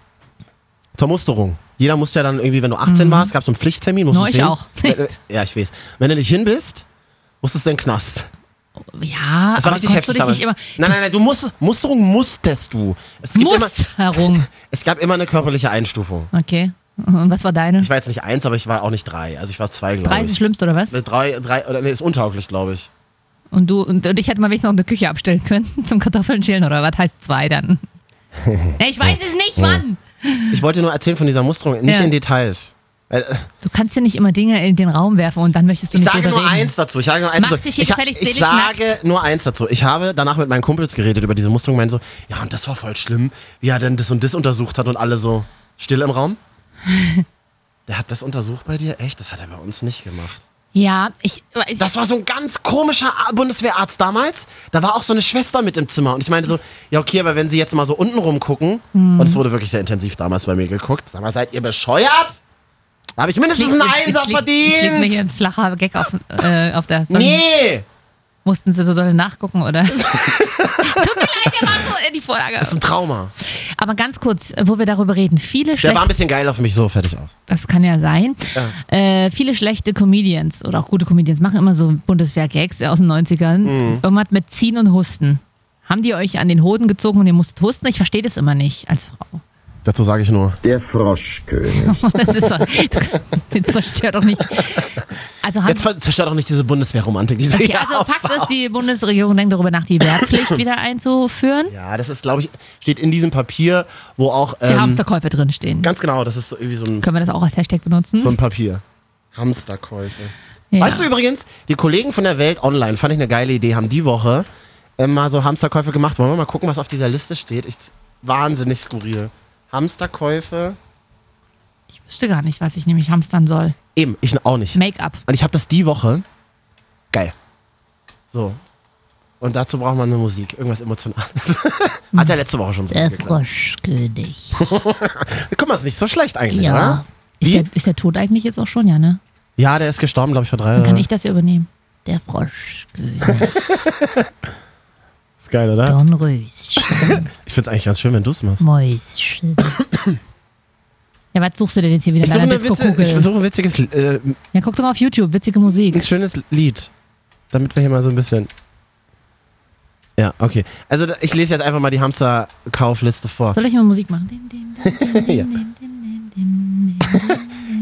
Speaker 1: zur Musterung. Jeder musste ja dann irgendwie, wenn du 18 warst, gab es so einen Pflichttermin. musstest
Speaker 2: Nur Mhm. ich
Speaker 1: hin.
Speaker 2: auch.
Speaker 1: Äh, Ja, ich weiß. Wenn du nicht hin bist, musstest du in den Knast.
Speaker 2: Ja,
Speaker 1: Das war
Speaker 2: aber
Speaker 1: richtig
Speaker 2: konntest du
Speaker 1: heftig
Speaker 2: dich nicht immer.
Speaker 1: damals. nein, nein, nein, du musst, Musterung musstest du. Es, gibt immer,
Speaker 2: Musterung.
Speaker 1: es gab immer eine körperliche Einstufung.
Speaker 2: Okay. Und was war deine?
Speaker 1: Ich war jetzt nicht eins, aber ich war auch nicht drei. Also ich war zwei, glaube
Speaker 2: Drei ist das
Speaker 1: ich.
Speaker 2: schlimmste, oder was?
Speaker 1: Äh, Drei, drei, oder nee, ist untauglich, glaube ich.
Speaker 2: Und du und, und ich hätte mal wenigstens noch eine Küche abstellen können zum Kartoffeln schälen, oder was heißt zwei dann? Nee, ich weiß es nicht, Mann!
Speaker 1: Ich wollte nur erzählen von dieser Musterung, nicht
Speaker 2: Ja.
Speaker 1: in Details. Weil, äh,
Speaker 2: Du kannst ja nicht immer Dinge in den Raum werfen und dann möchtest du
Speaker 1: Ich
Speaker 2: nicht
Speaker 1: sage
Speaker 2: drüber
Speaker 1: nur
Speaker 2: reden.
Speaker 1: eins dazu. Ich sage nur eins
Speaker 2: Mach
Speaker 1: dazu.
Speaker 2: dich hier
Speaker 1: ich, ha-
Speaker 2: gefällig
Speaker 1: ich
Speaker 2: seelisch
Speaker 1: sage
Speaker 2: nackt.
Speaker 1: nur eins dazu. Ich habe danach mit meinen Kumpels geredet über diese Musterung. Meinen so, ja, und das war voll schlimm, wie er denn das und das untersucht hat und alle so still im Raum. Der hat das untersucht bei dir? Echt? Das hat er bei uns nicht gemacht.
Speaker 2: Ja, ich, ich
Speaker 1: Das war so ein ganz komischer A- Bundeswehrarzt damals. Da war auch so eine Schwester mit im Zimmer. Und ich meine so, ja, okay, aber wenn sie jetzt mal so unten rumgucken,
Speaker 2: Mhm.
Speaker 1: und es wurde wirklich sehr intensiv damals bei mir geguckt, sag mal, seid ihr bescheuert? Da habe ich mindestens einen Einser
Speaker 2: jetzt liegt- jetzt liegt mir hier
Speaker 1: verdient.
Speaker 2: ein flacher Gag auf, äh, auf der Sonne.
Speaker 1: Nee!
Speaker 2: Mussten sie so doll nachgucken, oder? Tut mir leid, der war so in die Vorlage.
Speaker 1: Das ist ein Trauma.
Speaker 2: Aber ganz kurz, äh, wo wir darüber reden. Viele
Speaker 1: Der war
Speaker 2: schlechte,
Speaker 1: ein bisschen geil auf mich, so fertig aus.
Speaker 2: das kann ja sein, äh, viele schlechte Comedians oder auch gute Comedians machen immer so Bundeswehr-Gags aus den 90ern.
Speaker 1: Mhm.
Speaker 2: Irgendwas mit Ziehen und Husten. Haben die euch an den Hoden gezogen und ihr musstet husten? Ich verstehe das immer nicht als Frau.
Speaker 1: Dazu sage ich nur.
Speaker 7: Der Froschkönig.
Speaker 2: Das ist so, das zerstört doch nicht. Also haben
Speaker 1: Jetzt ver- zerstört auch nicht diese Bundeswehrromantik, die du
Speaker 2: Okay,
Speaker 1: hier
Speaker 2: also Fakt
Speaker 1: aufbaust.
Speaker 2: ist, die Bundesregierung denkt darüber nach, die Wehrpflicht wieder einzuführen.
Speaker 1: Ja, das ist, glaube ich, steht in diesem Papier, wo auch.
Speaker 2: Die
Speaker 1: Ähm,
Speaker 2: Hamsterkäufe drinstehen.
Speaker 1: ganz genau, das ist so irgendwie so ein,
Speaker 2: Können wir das auch als Hashtag benutzen?
Speaker 1: so ein Papier. Hamsterkäufe.
Speaker 2: ja.
Speaker 1: Weißt du übrigens, die Kollegen von der Welt Online, fand ich eine geile Idee, haben die Woche äh, mal so Hamsterkäufe gemacht. Wollen wir mal gucken, was auf dieser Liste steht? Ich, wahnsinnig skurril. Hamsterkäufe.
Speaker 2: ich wüsste gar nicht, was ich nämlich hamstern soll.
Speaker 1: Eben, ich auch nicht.
Speaker 2: Make-up.
Speaker 1: Und ich habe das die Woche. Geil. So. Und dazu braucht man eine Musik, irgendwas Emotionales. Hat ja letzte Woche schon so.
Speaker 2: Der
Speaker 1: angeklappt.
Speaker 2: Froschkönig.
Speaker 1: Guck mal, ist nicht so schlecht eigentlich,
Speaker 2: Ja.
Speaker 1: oder?
Speaker 2: Ist
Speaker 1: Wie?
Speaker 2: der, ist der tot eigentlich jetzt auch schon, ja, ne?
Speaker 1: Ja, der ist gestorben, glaube ich, vor drei
Speaker 2: Dann kann
Speaker 1: Jahren.
Speaker 2: ich das ja übernehmen. Der Froschkönig.
Speaker 1: Ist geil, oder?
Speaker 2: Dornröschen.
Speaker 1: Ich find's eigentlich ganz schön, wenn du's machst.
Speaker 2: Mäuschen. Ja, was suchst du denn jetzt hier wieder?
Speaker 1: Ich suche,
Speaker 2: in deiner
Speaker 1: eine Witze, ich
Speaker 2: Disco-Kugel?
Speaker 1: suche ein witziges, äh,
Speaker 2: Ja, guck doch mal auf YouTube. Witzige
Speaker 1: ein
Speaker 2: Musik.
Speaker 1: schönes Lied. Damit wir hier mal so ein bisschen. Ja, okay. Also da- ich lese jetzt einfach mal die Hamsterkaufliste vor.
Speaker 2: Soll ich mal Musik machen? Dim, dim, dim, dim,
Speaker 1: Ja.
Speaker 2: dim, dim, dim, dim, dim.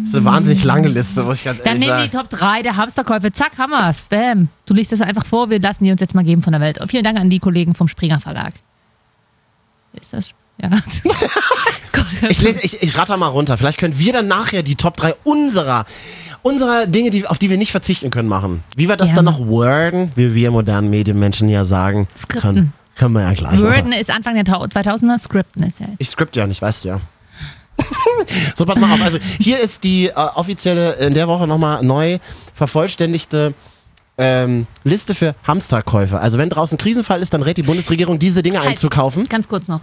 Speaker 1: Das ist eine wahnsinnig lange Liste, muss ich ganz
Speaker 2: Dann
Speaker 1: ehrlich
Speaker 2: nehmen die
Speaker 1: sagen.
Speaker 2: Top 3 der Hamsterkäufe. Zack, Hammers. Bam. Du liest das einfach vor. Wir lassen die uns jetzt mal geben von der Welt. Und vielen Dank an die Kollegen vom Springer Verlag. Ist das. Ja.
Speaker 1: Ich, lese, ich, ich ratter mal runter. Vielleicht können wir dann nachher die Top 3 unserer, unserer Dinge, die, auf die wir nicht verzichten können, machen. Wie wir das
Speaker 2: Gerne.
Speaker 1: dann noch worden, wie wir modernen Medienmenschen ja sagen,
Speaker 2: Skripten.
Speaker 1: können, können wir ja gleich noch.
Speaker 2: Worden ist Anfang der Tau- 2000er. Scripten ist ja. jetzt.
Speaker 1: Ich skript ja nicht, weißt du ja. so, pass mal auf. Also, hier ist die äh, offizielle, in der Woche nochmal neu vervollständigte ähm, Liste für Hamsterkäufe. Also, wenn draußen Krisenfall ist, dann rät die Bundesregierung, diese Dinge
Speaker 2: Halt.
Speaker 1: einzukaufen. Hm.
Speaker 2: Ganz kurz noch.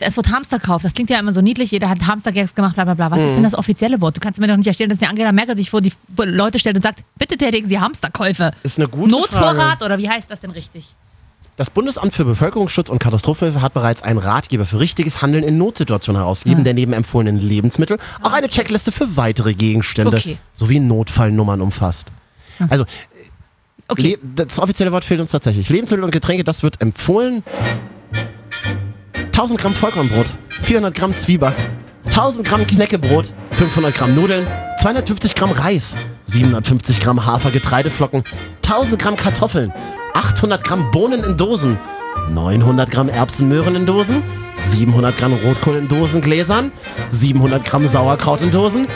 Speaker 2: Es wird Hamsterkauf. Das klingt ja immer so niedlich. Jeder hat Hamstergags gemacht, bla bla bla. Was
Speaker 1: Hm.
Speaker 2: ist denn das offizielle Wort? Du kannst mir doch nicht erstellen, dass die Angela Merkel sich vor die Leute stellt und sagt: Bitte tätigen Sie Hamsterkäufe.
Speaker 1: Ist eine gute
Speaker 2: Notvorrat
Speaker 1: Frage.
Speaker 2: oder wie heißt das denn richtig?
Speaker 1: Das Bundesamt für Bevölkerungsschutz und Katastrophenhilfe hat bereits einen Ratgeber für richtiges Handeln in Notsituationen herausgegeben,
Speaker 2: Ah.
Speaker 1: der neben empfohlenen Lebensmittel auch eine Checkliste für weitere Gegenstände
Speaker 2: Okay. Ah.
Speaker 1: sowie Notfallnummern umfasst. Also,
Speaker 2: Okay.
Speaker 1: Le- das offizielle Wort fehlt uns tatsächlich. Lebensmittel und Getränke, das wird empfohlen. 1000 Gramm Vollkornbrot, 400 Gramm Zwieback, 1000 Gramm Knäckebrot, 500 Gramm Nudeln, 250 Gramm Reis, 750 Gramm Hafer-Getreideflocken, 1000 Gramm Kartoffeln, 800 Gramm Bohnen in Dosen, 900 Gramm Erbsenmöhren in Dosen, 700 Gramm Rotkohl in Dosengläsern, 700 Gramm Sauerkraut in Dosen,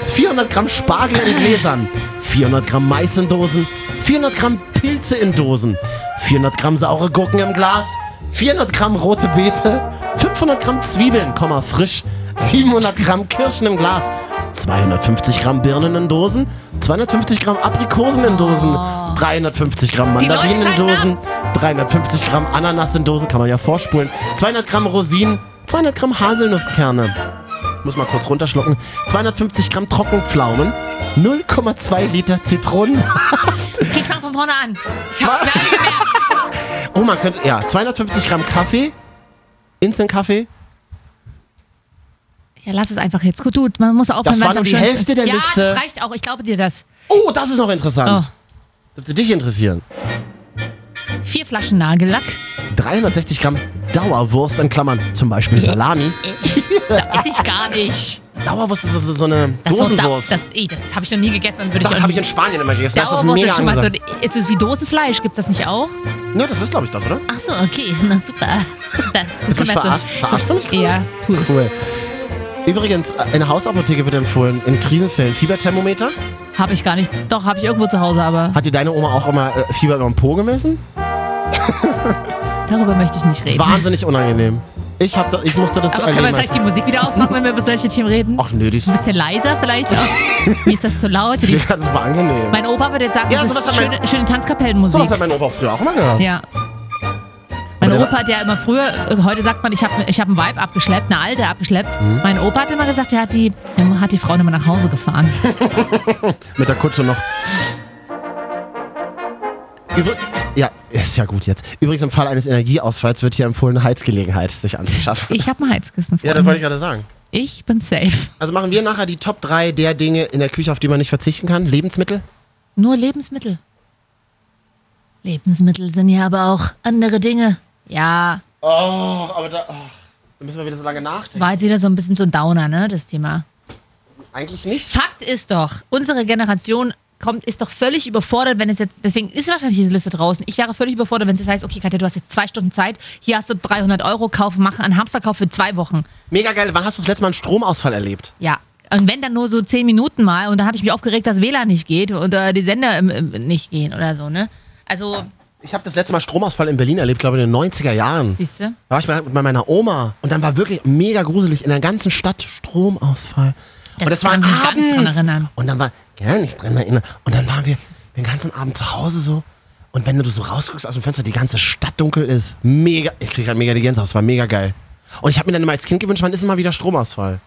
Speaker 1: 400 Gramm Spargel in Gläsern, 400 Gramm Mais in Dosen, 400 Gramm Pilze in Dosen, 400 Gramm saure Gurken im Glas, 400 Gramm rote Beete, 500 Gramm Zwiebeln, Komma, frisch, 700 Gramm Kirschen im Glas, 250 Gramm Birnen in Dosen, 250 Gramm Aprikosen in Dosen, 350 Gramm
Speaker 2: Oh. Die Leute
Speaker 1: Mandarinen in
Speaker 2: schalten ab.
Speaker 1: Dosen, 350 Gramm Ananas in Dosen, kann man ja vorspulen, 200 Gramm Rosinen, 200 Gramm Haselnusskerne, muss mal kurz runterschlucken, 250 Gramm Trockenpflaumen, 0,2 Liter Zitronen.
Speaker 2: Okay, ich fang von vorne an. Ich hab's mir alle gemerkt.
Speaker 1: Oh, man könnte, ja, 250 Gramm Kaffee, Instant-Kaffee,
Speaker 2: Ja, lass es einfach jetzt. Gut, du, man muss aufhören.
Speaker 1: Das war
Speaker 2: wenn's
Speaker 1: nur
Speaker 2: am
Speaker 1: die
Speaker 2: schönsten
Speaker 1: Hälfte
Speaker 2: ist.
Speaker 1: der
Speaker 2: ja,
Speaker 1: Liste.
Speaker 2: Ja, das reicht auch. Ich glaube dir das. Oh,
Speaker 1: Oh, das ist noch
Speaker 2: Ah.
Speaker 1: interessant. Das würde dich interessieren.
Speaker 2: Vier Flaschen Nagellack.
Speaker 1: 360 Gramm Dauerwurst in Klammern, zum Beispiel Salami.
Speaker 2: Da esse ich gar nicht.
Speaker 1: Dauerwurst ist also so eine
Speaker 2: Das ist so da-
Speaker 1: Dosenwurst.
Speaker 2: Das, ey, das habe ich noch nie gegessen und würde ich
Speaker 1: das
Speaker 2: auch
Speaker 1: habe ich
Speaker 2: nie.
Speaker 1: in Spanien immer gegessen. Das ist
Speaker 2: Dauerwurst
Speaker 1: mega
Speaker 2: ist schon mal so.
Speaker 1: angesagt.
Speaker 2: Ist es wie Dosenfleisch? Gibt das nicht auch?
Speaker 1: Ne, das ist, glaube ich, das, oder?
Speaker 2: Ach so, okay. Na super. Das
Speaker 1: Hast du mich
Speaker 2: kann man so-
Speaker 1: verarscht? Verarschst du mich gerade?
Speaker 2: Ja, tue ich.
Speaker 1: Cool. Übrigens, äh, in der Hausapotheke wird empfohlen, in Krisenfällen Fieberthermometer.
Speaker 2: Habe ich gar nicht. Doch, habe ich irgendwo zu Hause, aber
Speaker 1: Hat dir deine Oma auch immer äh, Fieber über den Po gemessen?
Speaker 2: darüber möchte ich nicht reden.
Speaker 1: Wahnsinnig unangenehm. Ich, hab da, ich musste das
Speaker 2: aber können wir
Speaker 1: erleben.
Speaker 2: vielleicht
Speaker 1: als-
Speaker 2: die Musik wieder ausmachen, wenn wir über solche Themen reden?
Speaker 1: Ach nö, die ist
Speaker 2: Ein bisschen leiser vielleicht auch. Mir ist das zu laut. Die,
Speaker 1: das war angenehm.
Speaker 2: mein Opa würde jetzt sagen,
Speaker 1: Ja,
Speaker 2: das
Speaker 1: sowas
Speaker 2: ist
Speaker 1: hat mein-
Speaker 2: schöne, schöne Tanzkapellenmusik.
Speaker 1: Sowas hat mein Opa früher auch immer gehört.
Speaker 2: Ja. Mein
Speaker 1: der-
Speaker 2: Opa hat ja immer früher, äh, heute sagt man, ich habe ich hab einen Vibe abgeschleppt, eine alte abgeschleppt.
Speaker 1: Hm?
Speaker 2: Mein Opa hat immer gesagt, er hat die, er hat die Frau nochmal nach Hause gefahren.
Speaker 1: Mit der Kutsche noch. Übr ja, ist ja gut jetzt. Übrigens, im Fall eines Energieausfalls wird hier empfohlen, eine Heizgelegenheit sich anzuschaffen.
Speaker 2: Ich habe ein Heizkissen
Speaker 1: ja,
Speaker 2: vor.
Speaker 1: das wollte ich gerade sagen.
Speaker 2: ich bin safe.
Speaker 1: Also machen wir nachher die Top 3 der Dinge in der Küche, auf die man nicht verzichten kann. Lebensmittel.
Speaker 2: Nur Lebensmittel. Lebensmittel sind ja aber auch andere Dinge. Ja,
Speaker 1: Oh, aber da, oh, da müssen wir wieder so lange nachdenken.
Speaker 2: war jetzt wieder so ein bisschen so ein Downer, ne, das Thema.
Speaker 1: Eigentlich nicht.
Speaker 2: Fakt ist doch, unsere Generation kommt, ist doch völlig überfordert, wenn es jetzt, deswegen ist wahrscheinlich diese Liste draußen. Ich wäre völlig überfordert, wenn es jetzt heißt, okay, Katja, du hast jetzt zwei Stunden Zeit, hier hast du 300 Euro, kauf, mach einen Hamsterkauf für zwei Wochen.
Speaker 1: Mega geil. Wann hast du das letzte Mal einen Stromausfall erlebt?
Speaker 2: Ja. Und wenn dann nur so zehn Minuten mal und da habe ich mich aufgeregt, dass WLAN nicht geht oder die Sender ähm, ähm, nicht gehen oder so, ne? Also,
Speaker 1: Ich habe das letzte Mal Stromausfall in Berlin erlebt, glaube ich, in den 90er Jahren.
Speaker 2: siehst du?
Speaker 1: Da war ich bei bei meiner Oma und dann war wirklich mega gruselig in der ganzen Stadt Stromausfall. und das war
Speaker 2: kann ich mich
Speaker 1: abends.
Speaker 2: gar nicht dran erinnern.
Speaker 1: Und dann war gar nicht dran erinnern. Und dann waren wir den ganzen Abend zu Hause so. Und wenn du so rausguckst aus dem Fenster, die ganze Stadt dunkel ist. Mega, ich krieg halt mega die Gänsehaut. Es war mega geil. Und ich habe mir dann immer als Kind gewünscht, wann ist denn mal wieder Stromausfall?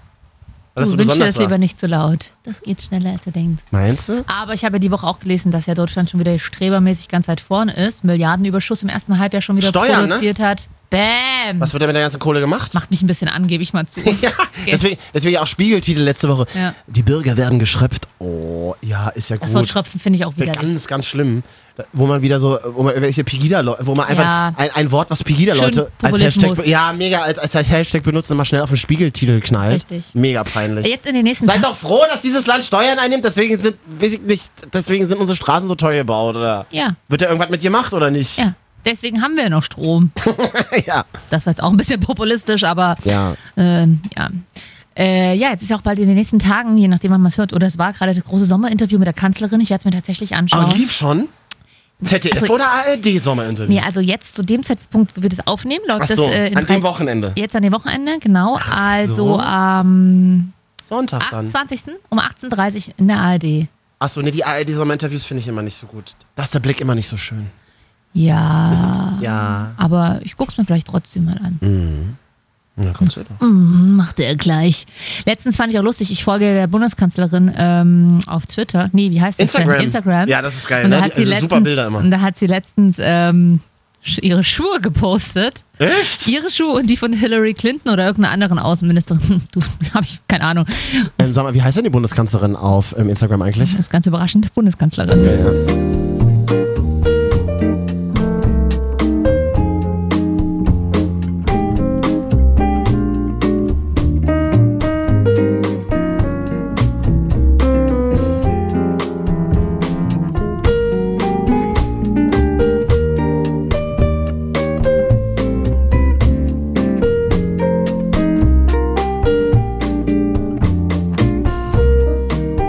Speaker 1: Weil das so
Speaker 2: du wünschst dir
Speaker 1: besonders
Speaker 2: das
Speaker 1: war.
Speaker 2: Oh, lieber nicht zu laut. Das geht schneller, als du denkst.
Speaker 1: Meinst du?
Speaker 2: Aber ich habe ja die Woche auch gelesen, dass ja Deutschland schon wieder strebermäßig ganz weit vorne ist. Milliardenüberschuss im ersten Halbjahr schon wieder
Speaker 1: Steuern, ne?
Speaker 2: produziert hat. Bäm!
Speaker 1: Was wird denn mit der ganzen Kohle gemacht?
Speaker 2: Macht mich ein bisschen an, gebe ich mal zu.
Speaker 1: Ja, deswegen, deswegen auch Spiegeltitel letzte Woche.
Speaker 2: Ja.
Speaker 1: Die Bürger werden geschröpft. Oh, ja, ist ja gut.
Speaker 2: Das Wort Schröpfen finde ich auch widerlich.
Speaker 1: Ganz, ganz schlimm. Da- Wo man wieder so, wo man welche Pegida, wo man einfach
Speaker 2: Ja.
Speaker 1: ein, ein Wort, was Pegida-Leute
Speaker 2: Schön
Speaker 1: als
Speaker 2: Populismus.
Speaker 1: Hashtag, be- ja, mega, als, als Hashtag benutzen, immer schnell auf den Spiegeltitel knallt.
Speaker 2: Richtig.
Speaker 1: Mega peinlich.
Speaker 2: Jetzt in den nächsten
Speaker 1: Seid
Speaker 2: Tagen.
Speaker 1: doch froh, dass dieses Land Steuern einnimmt, deswegen sind, weiß ich nicht, deswegen sind unsere Straßen so teuer gebaut, oder?
Speaker 2: Ja,
Speaker 1: Wird da irgendwas mit gemacht oder nicht?
Speaker 2: ja. Deswegen haben wir ja noch Strom.
Speaker 1: ja.
Speaker 2: Das war jetzt auch ein bisschen populistisch, aber
Speaker 1: Ja.
Speaker 2: Ähm, ja. Äh, ja, jetzt ist ja auch bald in den nächsten Tagen, je nachdem, wann man es hört, oder es war gerade das große Sommerinterview mit der Kanzlerin. Ich werde es mir
Speaker 1: Oh,
Speaker 2: tatsächlich anschauen.
Speaker 1: Aber lief schon? ZDF
Speaker 2: Also-
Speaker 1: oder ARD-Sommerinterview?
Speaker 2: Nee, also jetzt zu dem Zeitpunkt, wo wir das aufnehmen, läuft
Speaker 1: Ach so,
Speaker 2: das äh, in
Speaker 1: an
Speaker 2: drei-
Speaker 1: dem Wochenende.
Speaker 2: Jetzt an dem Wochenende, genau. also
Speaker 1: so.
Speaker 2: am
Speaker 1: Sonntag dann.
Speaker 2: 28. um 18.30 Uhr in der ARD.
Speaker 1: Achso, nee, die ARD-Sommerinterviews finde ich immer nicht so gut. Da ist der Blick immer nicht so schön.
Speaker 2: Ja,
Speaker 1: Ja.
Speaker 2: aber ich guck's mir vielleicht trotzdem mal an.
Speaker 1: Mhm. Na, kommst du doch.
Speaker 2: Macht er gleich. Letztens fand ich auch lustig, ich folge der Bundeskanzlerin ähm, auf Twitter. Nee, wie heißt das
Speaker 1: Instagram.
Speaker 2: denn? Instagram.
Speaker 1: Ja, das ist geil,
Speaker 2: Und da
Speaker 1: ne?
Speaker 2: hat
Speaker 1: Die-
Speaker 2: sie
Speaker 1: also
Speaker 2: letztens,
Speaker 1: super Bilder immer.
Speaker 2: Und da hat sie letztens ähm, sch- ihre Schuhe gepostet.
Speaker 1: Echt?
Speaker 2: Ihre Schuhe und die von Hillary Clinton oder irgendeiner anderen Außenministerin. Du, habe ich keine Ahnung.
Speaker 1: Ähm, sag mal, wie heißt denn die Bundeskanzlerin auf ähm, Instagram eigentlich?
Speaker 2: Das ist ganz überraschend. Bundeskanzlerin.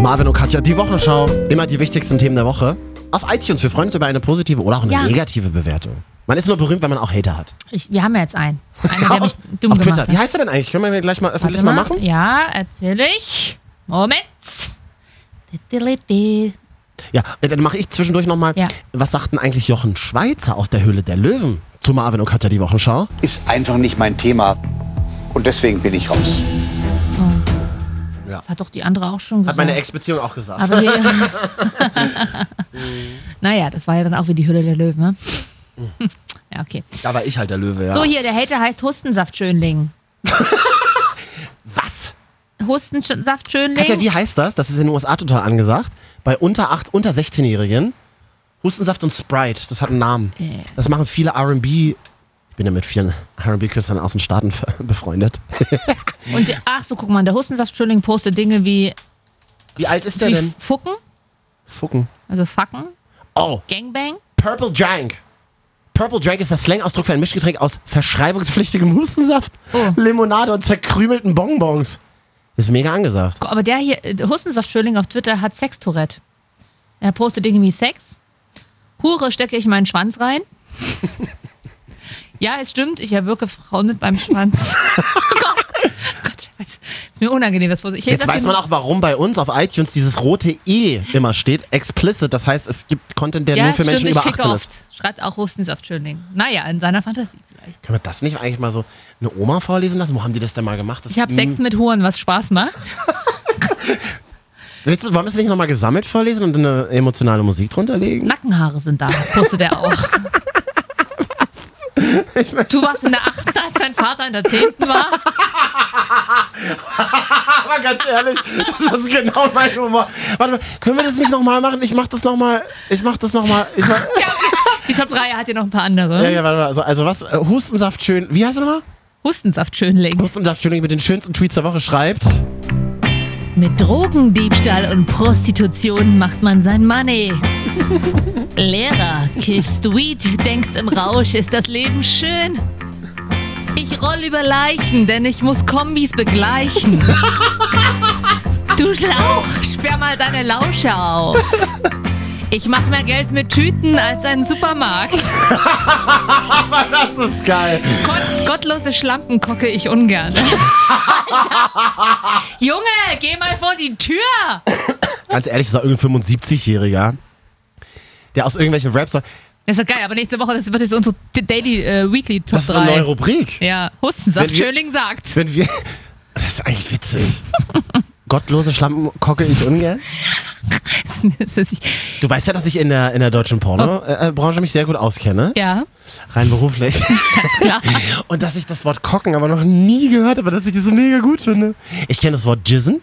Speaker 1: Marvin und Katja, die Wochenschau. Immer die wichtigsten Themen der Woche. Auf iTunes. Wir freuen uns über eine positive oder auch eine
Speaker 2: Ja.
Speaker 1: negative Bewertung. Man ist nur berühmt, wenn man auch Hater hat.
Speaker 2: Ich, wir haben ja jetzt einen. Einer, der mich
Speaker 1: auf
Speaker 2: dumm
Speaker 1: auf
Speaker 2: gemacht
Speaker 1: Twitter.
Speaker 2: hat.
Speaker 1: Wie heißt er denn eigentlich? Können wir gleich mal öffentlich
Speaker 2: Warte
Speaker 1: mal machen?
Speaker 2: Ja, erzähl ich. Moment.
Speaker 1: Ja, äh, dann mache ich zwischendurch nochmal.
Speaker 2: Ja.
Speaker 1: Was sagten eigentlich Jochen Schweizer aus der Höhle der Löwen zu Marvin und Katja die Wochenschau?
Speaker 8: Ist einfach nicht mein Thema. Und deswegen bin ich raus.
Speaker 2: Das hat doch die andere auch schon gesagt.
Speaker 1: Hat meine Ex-Beziehung auch gesagt.
Speaker 2: Aber hier, Naja, das war ja dann auch wie die Hülle der Löwen. Ne? Ja, okay.
Speaker 1: da war ich halt der Löwe, ja.
Speaker 2: So, hier, der Hater heißt Hustensaft Schönling.
Speaker 1: Was?
Speaker 2: Hustensaft schön
Speaker 1: Katja,
Speaker 2: legen.
Speaker 1: wie heißt das? Das ist in den USA total angesagt. Bei unter 8, unter 16-Jährigen. Hustensaft und Sprite, das hat einen Namen.
Speaker 2: Äh.
Speaker 1: Das machen viele R&B. Ich bin ja mit vielen R&B-Künstlern aus den Staaten ver- befreundet.
Speaker 2: Und ach so, guck mal, der Hustensaftschulling postet Dinge wie,
Speaker 1: Wie alt ist der
Speaker 2: wie
Speaker 1: denn?
Speaker 2: Fucken,
Speaker 1: Fucken.
Speaker 2: also Facken,
Speaker 1: Oh,
Speaker 2: Gangbang.
Speaker 1: Purple Drank. Purple Drank ist der Slangausdruck für ein Mischgetränk aus verschreibungspflichtigem Hustensaft,
Speaker 2: Oh.
Speaker 1: Limonade und zerkrümelten Bonbons. Das ist mega angesagt.
Speaker 2: Guck, Aber der hier, äh, der Hustensaftschöling auf Twitter hat Sex-Tourette. Er postet Dinge wie Sex. Hure stecke ich meinen Schwanz rein. ja, es stimmt, ich erwürge Frauen mit meinem Schwanz. oh Gott, oh Gott, ich weiß. ist mir unangenehm, das vorzulesen. Ich lese
Speaker 1: Jetzt
Speaker 2: das
Speaker 1: weiß
Speaker 2: hier
Speaker 1: man
Speaker 2: nur-
Speaker 1: auch, warum bei uns auf iTunes dieses rote E immer steht. Explicit, das heißt, es gibt Content, der
Speaker 2: ja,
Speaker 1: nur
Speaker 2: es
Speaker 1: für
Speaker 2: stimmt,
Speaker 1: Menschen
Speaker 2: ich
Speaker 1: über
Speaker 2: ficke
Speaker 1: 18 ist.
Speaker 2: oft. Schreibt auch Hustensaftschöling. Naja, in seiner Fantasie vielleicht.
Speaker 1: Können wir das nicht eigentlich mal so eine Oma vorlesen lassen? Wo haben die das denn mal gemacht? Das,
Speaker 2: Ich habe Sex mit Huren, was Spaß macht.
Speaker 1: Willst du, wollen wir es nicht nochmal gesammelt vorlesen und eine emotionale Musik drunter legen?
Speaker 2: Nackenhaare sind da, postet er auch. Du warst in der achten, als dein Vater in der zehnten war.
Speaker 1: Aber ganz ehrlich, das ist genau mein Humor. Warte mal, können wir das nicht nochmal machen? Ich mach das nochmal. Ich mach das nochmal.
Speaker 2: Ja, okay. Die Top 3 hat hier noch ein paar andere.
Speaker 1: Ja, ja, warte mal. Also, also was? Äh, Hustensaft schön. Wie heißt er nochmal?
Speaker 2: Hustensaft schönlegen.
Speaker 1: Hustensaft schön mit den schönsten Tweets der Woche schreibt.
Speaker 2: Mit Drogendiebstahl und Prostitution macht man sein Money. Lehrer, kiffst Weed, denkst im Rausch, ist das Leben schön. Ich roll über Leichen, denn ich muss Kombis begleichen. Du Schlauch, sperr mal deine Lausche auf. Ich mach mehr Geld mit Tüten als ein Supermarkt.
Speaker 1: Aber das ist geil.
Speaker 2: Gott, gottlose Schlampen kocke ich ungern. Alter. Junge, geh mal vor die Tür.
Speaker 1: Ganz ehrlich, das ist auch irgendein 75-Jähriger, der aus irgendwelchen Raps sagt,
Speaker 2: Das ist doch geil, aber nächste Woche, das wird jetzt unsere Daily äh, Weekly Top
Speaker 1: das ist
Speaker 2: 3.
Speaker 1: eine neue Rubrik.
Speaker 2: ja,
Speaker 1: Wenn
Speaker 2: Hustensaft,
Speaker 1: wir-
Speaker 2: Schöling sagt.
Speaker 1: Wenn wir. Das ist eigentlich witzig. Gottlose Schlampen kocke ich ungern.
Speaker 2: Das ist- das ist-
Speaker 1: Du weißt ja, dass ich in der, in der deutschen Porno-Branche mich sehr gut auskenne.
Speaker 2: Oh. ja,
Speaker 1: Rein beruflich.
Speaker 2: klar.
Speaker 1: Und dass ich das Wort kocken aber noch nie gehört habe, dass ich das mega gut finde. Ich kenne das Wort jizzen,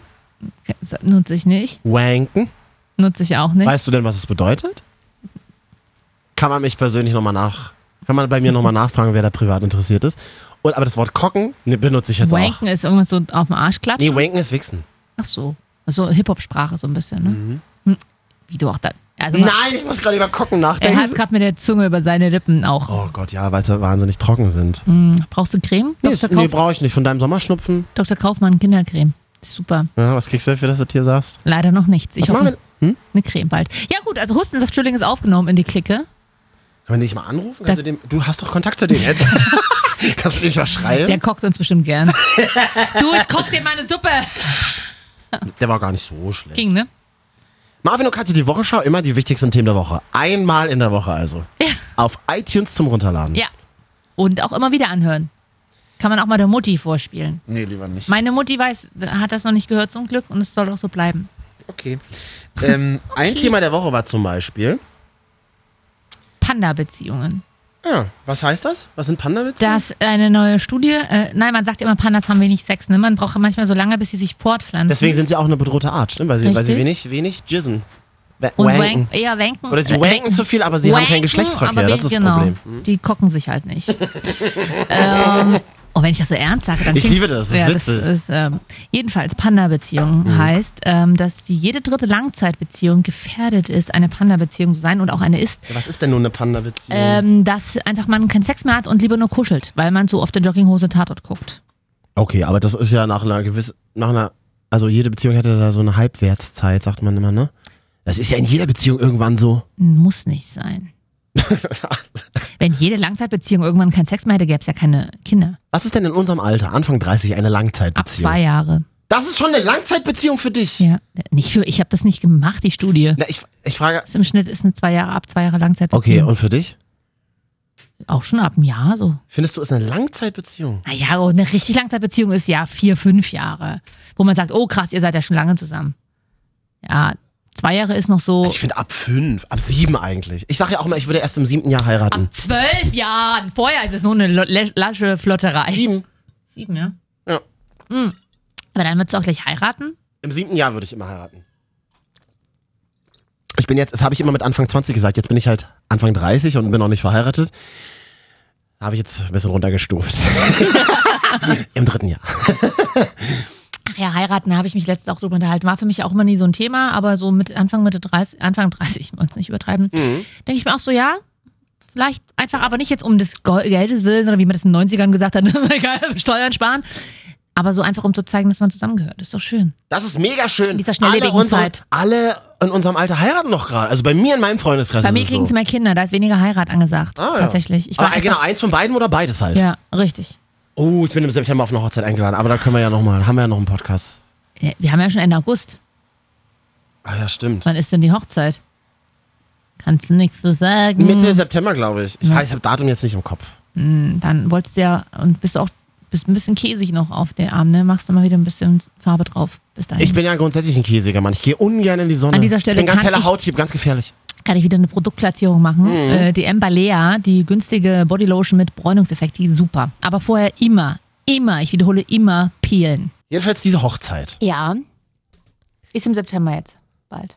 Speaker 2: Das Nutze ich nicht.
Speaker 1: wanken.
Speaker 2: Nutze ich auch nicht.
Speaker 1: Weißt du denn, was es bedeutet? Kann man mich persönlich nochmal nach. Kann man bei mir nochmal nachfragen, wer da privat interessiert ist. Und, aber das Wort kocken ne, benutze ich jetzt auch.
Speaker 2: Wanken ist irgendwas so auf dem Arsch
Speaker 1: Nee,
Speaker 2: klatschen.
Speaker 1: wanken ist wichsen.
Speaker 2: Ach so. So Hip-Hop-Sprache so ein bisschen, ne?
Speaker 1: Mhm.
Speaker 2: Hm. Wie du auch da. Also mal-
Speaker 1: Nein, ich muss gerade über kocken
Speaker 2: er
Speaker 1: nachdenken.
Speaker 2: hat gerade mit der Zunge über seine Lippen auch.
Speaker 1: Oh Gott, ja, weil sie wahnsinnig trocken sind.
Speaker 2: Mhm. Brauchst du Creme?
Speaker 1: Nee,
Speaker 2: Dr.
Speaker 1: nee
Speaker 2: Kauf-
Speaker 1: brauche ich nicht. Von deinem Sommerschnupfen.
Speaker 2: Dr. Kaufmann Kindercreme. Super.
Speaker 1: Ja, was kriegst du dafür, dass du das hier sagst?
Speaker 2: Leider noch nichts. Ich
Speaker 1: Was machen Hm?
Speaker 2: hoffe, eine Creme bald. Ja gut, also Hustensaft Schilling ist aufgenommen in die Clique.
Speaker 1: Können wir dich mal anrufen? Kannst du, dem, du hast doch Kontakt zu dem jetzt. Kannst du dich mal schreiben?
Speaker 2: Der
Speaker 1: Der,
Speaker 2: kocht uns bestimmt gern. du, ich koch dir meine Suppe.
Speaker 1: war gar nicht so schlecht.
Speaker 2: Ging, ne?
Speaker 1: Marvin und Katja, die Wochenschau, immer die wichtigsten Themen der Woche. Einmal in der Woche also.
Speaker 2: Ja.
Speaker 1: Auf iTunes zum Runterladen.
Speaker 2: Ja. Und auch immer wieder anhören. Kann man auch mal der Mutti vorspielen.
Speaker 1: Nee, lieber nicht.
Speaker 2: Meine Mutti weiß, hat das noch nicht gehört zum Glück und es soll auch so bleiben.
Speaker 1: Okay. Ähm, Ein Thema der Woche war zum Beispiel.
Speaker 2: Panda-Beziehungen.
Speaker 1: Ja, was heißt das? Was sind Panda-Witze?
Speaker 2: Das ist eine neue Studie. Äh, nein, man sagt immer, Pandas haben wenig Sex. Ne? Man braucht manchmal so lange, bis sie sich fortpflanzen.
Speaker 1: Deswegen sind sie auch eine bedrohte Art, stimmt? Weil sie, weil sie
Speaker 2: Richtig.
Speaker 1: wenig, wenig jizzen. Wa-
Speaker 2: und
Speaker 1: wanken.
Speaker 2: wanken. eher wanken.
Speaker 1: Oder sie
Speaker 2: äh,
Speaker 1: wanken zu viel, aber sie haben keinen
Speaker 2: wanken,
Speaker 1: Geschlechtsverkehr.
Speaker 2: aber
Speaker 1: Das ist das
Speaker 2: genau,
Speaker 1: Problem.
Speaker 2: Die kocken sich halt nicht. ähm, oh, wenn ich das so ernst sage, dann
Speaker 1: Ich
Speaker 2: klingt-
Speaker 1: liebe das, das ist
Speaker 2: ja,
Speaker 1: witzig. Mhm.
Speaker 2: Das ist, ähm, jedenfalls, Panda-Beziehung heißt, ähm, dass die jede dritte Langzeitbeziehung gefährdet ist, eine Panda-Beziehung zu sein und auch eine ist.
Speaker 1: Was ist denn nun eine Panda-Beziehung?
Speaker 2: Ähm, dass einfach man keinen Sex mehr hat und lieber nur kuschelt, weil man so oft in Jogginghose Tatort guckt.
Speaker 1: Okay, aber das ist ja nach einer gewissen, nach einer, also jede Beziehung hätte da so eine Halbwertszeit, sagt man immer, ne? Das ist ja in jeder Beziehung irgendwann so.
Speaker 2: Muss nicht sein. Wenn jede Langzeitbeziehung irgendwann keinen Sex mehr hätte, gäbe es ja keine Kinder.
Speaker 1: Was ist denn in unserem Alter, Anfang 30, eine
Speaker 2: Ab
Speaker 1: Langzeitbeziehung?
Speaker 2: zwei Jahre.
Speaker 1: Das ist schon eine Langzeitbeziehung für dich.
Speaker 2: Ja. Nicht für, ich habe das nicht gemacht, die Studie.
Speaker 1: Na, ich, ich frage.
Speaker 2: Ist Im Schnitt ist eine zwei Jahre, ab zwei Jahre
Speaker 1: Okay,
Speaker 2: Langzeitbeziehung.
Speaker 1: und für dich?
Speaker 2: Auch schon ab einem Jahr so.
Speaker 1: Findest du es eine Langzeitbeziehung?
Speaker 2: Naja, und eine richtig Langzeitbeziehung ist ja vier, fünf Jahre. Wo man sagt, oh krass, ihr seid ja schon lange zusammen. Ja, zwei Jahre ist noch so.
Speaker 1: Also ich finde ab fünf, ab sieben eigentlich. Ich sage ja auch immer, ich würde erst im siebten Jahr heiraten.
Speaker 2: ab zwölf Jahren. Vorher ist es nur eine lo- le- lasche Flotterei.
Speaker 1: sieben.
Speaker 2: Sieben, ja?
Speaker 1: Ja.
Speaker 2: Mm. Aber dann würdest du auch gleich heiraten?
Speaker 1: Im siebten Jahr würde ich immer heiraten. Ich bin jetzt, das habe ich immer mit Anfang 20 gesagt, jetzt bin ich halt Anfang 30 und bin noch nicht verheiratet. Habe ich jetzt ein bisschen runtergestuft. Im dritten Jahr.
Speaker 2: Ach ja, heiraten habe ich mich letztens auch drüber unterhalten. War für mich auch immer nie so ein Thema, aber so mit Anfang Mitte 30, Anfang 30, wollen es nicht übertreiben,
Speaker 1: Mhm.
Speaker 2: denke ich mir auch so, ja, vielleicht einfach, aber nicht jetzt um des Go- Geldes willen oder wie man das in den 90ern gesagt hat, ne, egal, Steuern sparen, aber so einfach, um zu zeigen, dass man zusammengehört. Ist doch schön.
Speaker 1: Das ist mega schön.
Speaker 2: In dieser schnelllebigen
Speaker 1: alle unser-
Speaker 2: Zeit.
Speaker 1: Alle in unserem Alter heiraten noch gerade. Also bei mir in meinem Freundeskreis.
Speaker 2: Bei
Speaker 1: ist
Speaker 2: mir
Speaker 1: es
Speaker 2: kriegen
Speaker 1: so.
Speaker 2: sie mehr Kinder, da ist weniger Heirat angesagt.
Speaker 1: Ah, ja.
Speaker 2: Tatsächlich. Ich
Speaker 1: aber,
Speaker 2: weiß
Speaker 1: genau,
Speaker 2: auch-
Speaker 1: eins von beiden oder beides halt.
Speaker 2: Ja, richtig.
Speaker 1: Oh, ich bin im September auf eine Hochzeit eingeladen, aber da können wir ja nochmal, haben wir ja noch einen Podcast.
Speaker 2: Ja, Wir haben ja schon Ende August.
Speaker 1: Ah ja, stimmt.
Speaker 2: Wann ist denn die Hochzeit? Kannst du nichts zu sagen.
Speaker 1: Mitte September, glaube ich. Ich weiß, ich habe Datum jetzt nicht im Kopf.
Speaker 2: Dann wolltest du ja und bist auch bist ein bisschen käsig noch auf den Arm, ne? Machst du mal wieder ein bisschen Farbe drauf. Bis dahin.
Speaker 1: Ich bin ja grundsätzlich ein käsiger Mann. Ich gehe ungern in die Sonne.
Speaker 2: An dieser Stelle
Speaker 1: ich bin ganz
Speaker 2: kann
Speaker 1: heller
Speaker 2: ich-
Speaker 1: Hauttyp, ganz gefährlich.
Speaker 2: Kann ich wieder eine Produktplatzierung
Speaker 1: Mhm.
Speaker 2: machen? Äh, die Embalea, die günstige Bodylotion mit Bräunungseffekt, die ist super. Aber vorher immer, immer, ich wiederhole immer, peelen.
Speaker 1: Jedenfalls diese Hochzeit.
Speaker 2: Ja. Ist im September jetzt. Bald.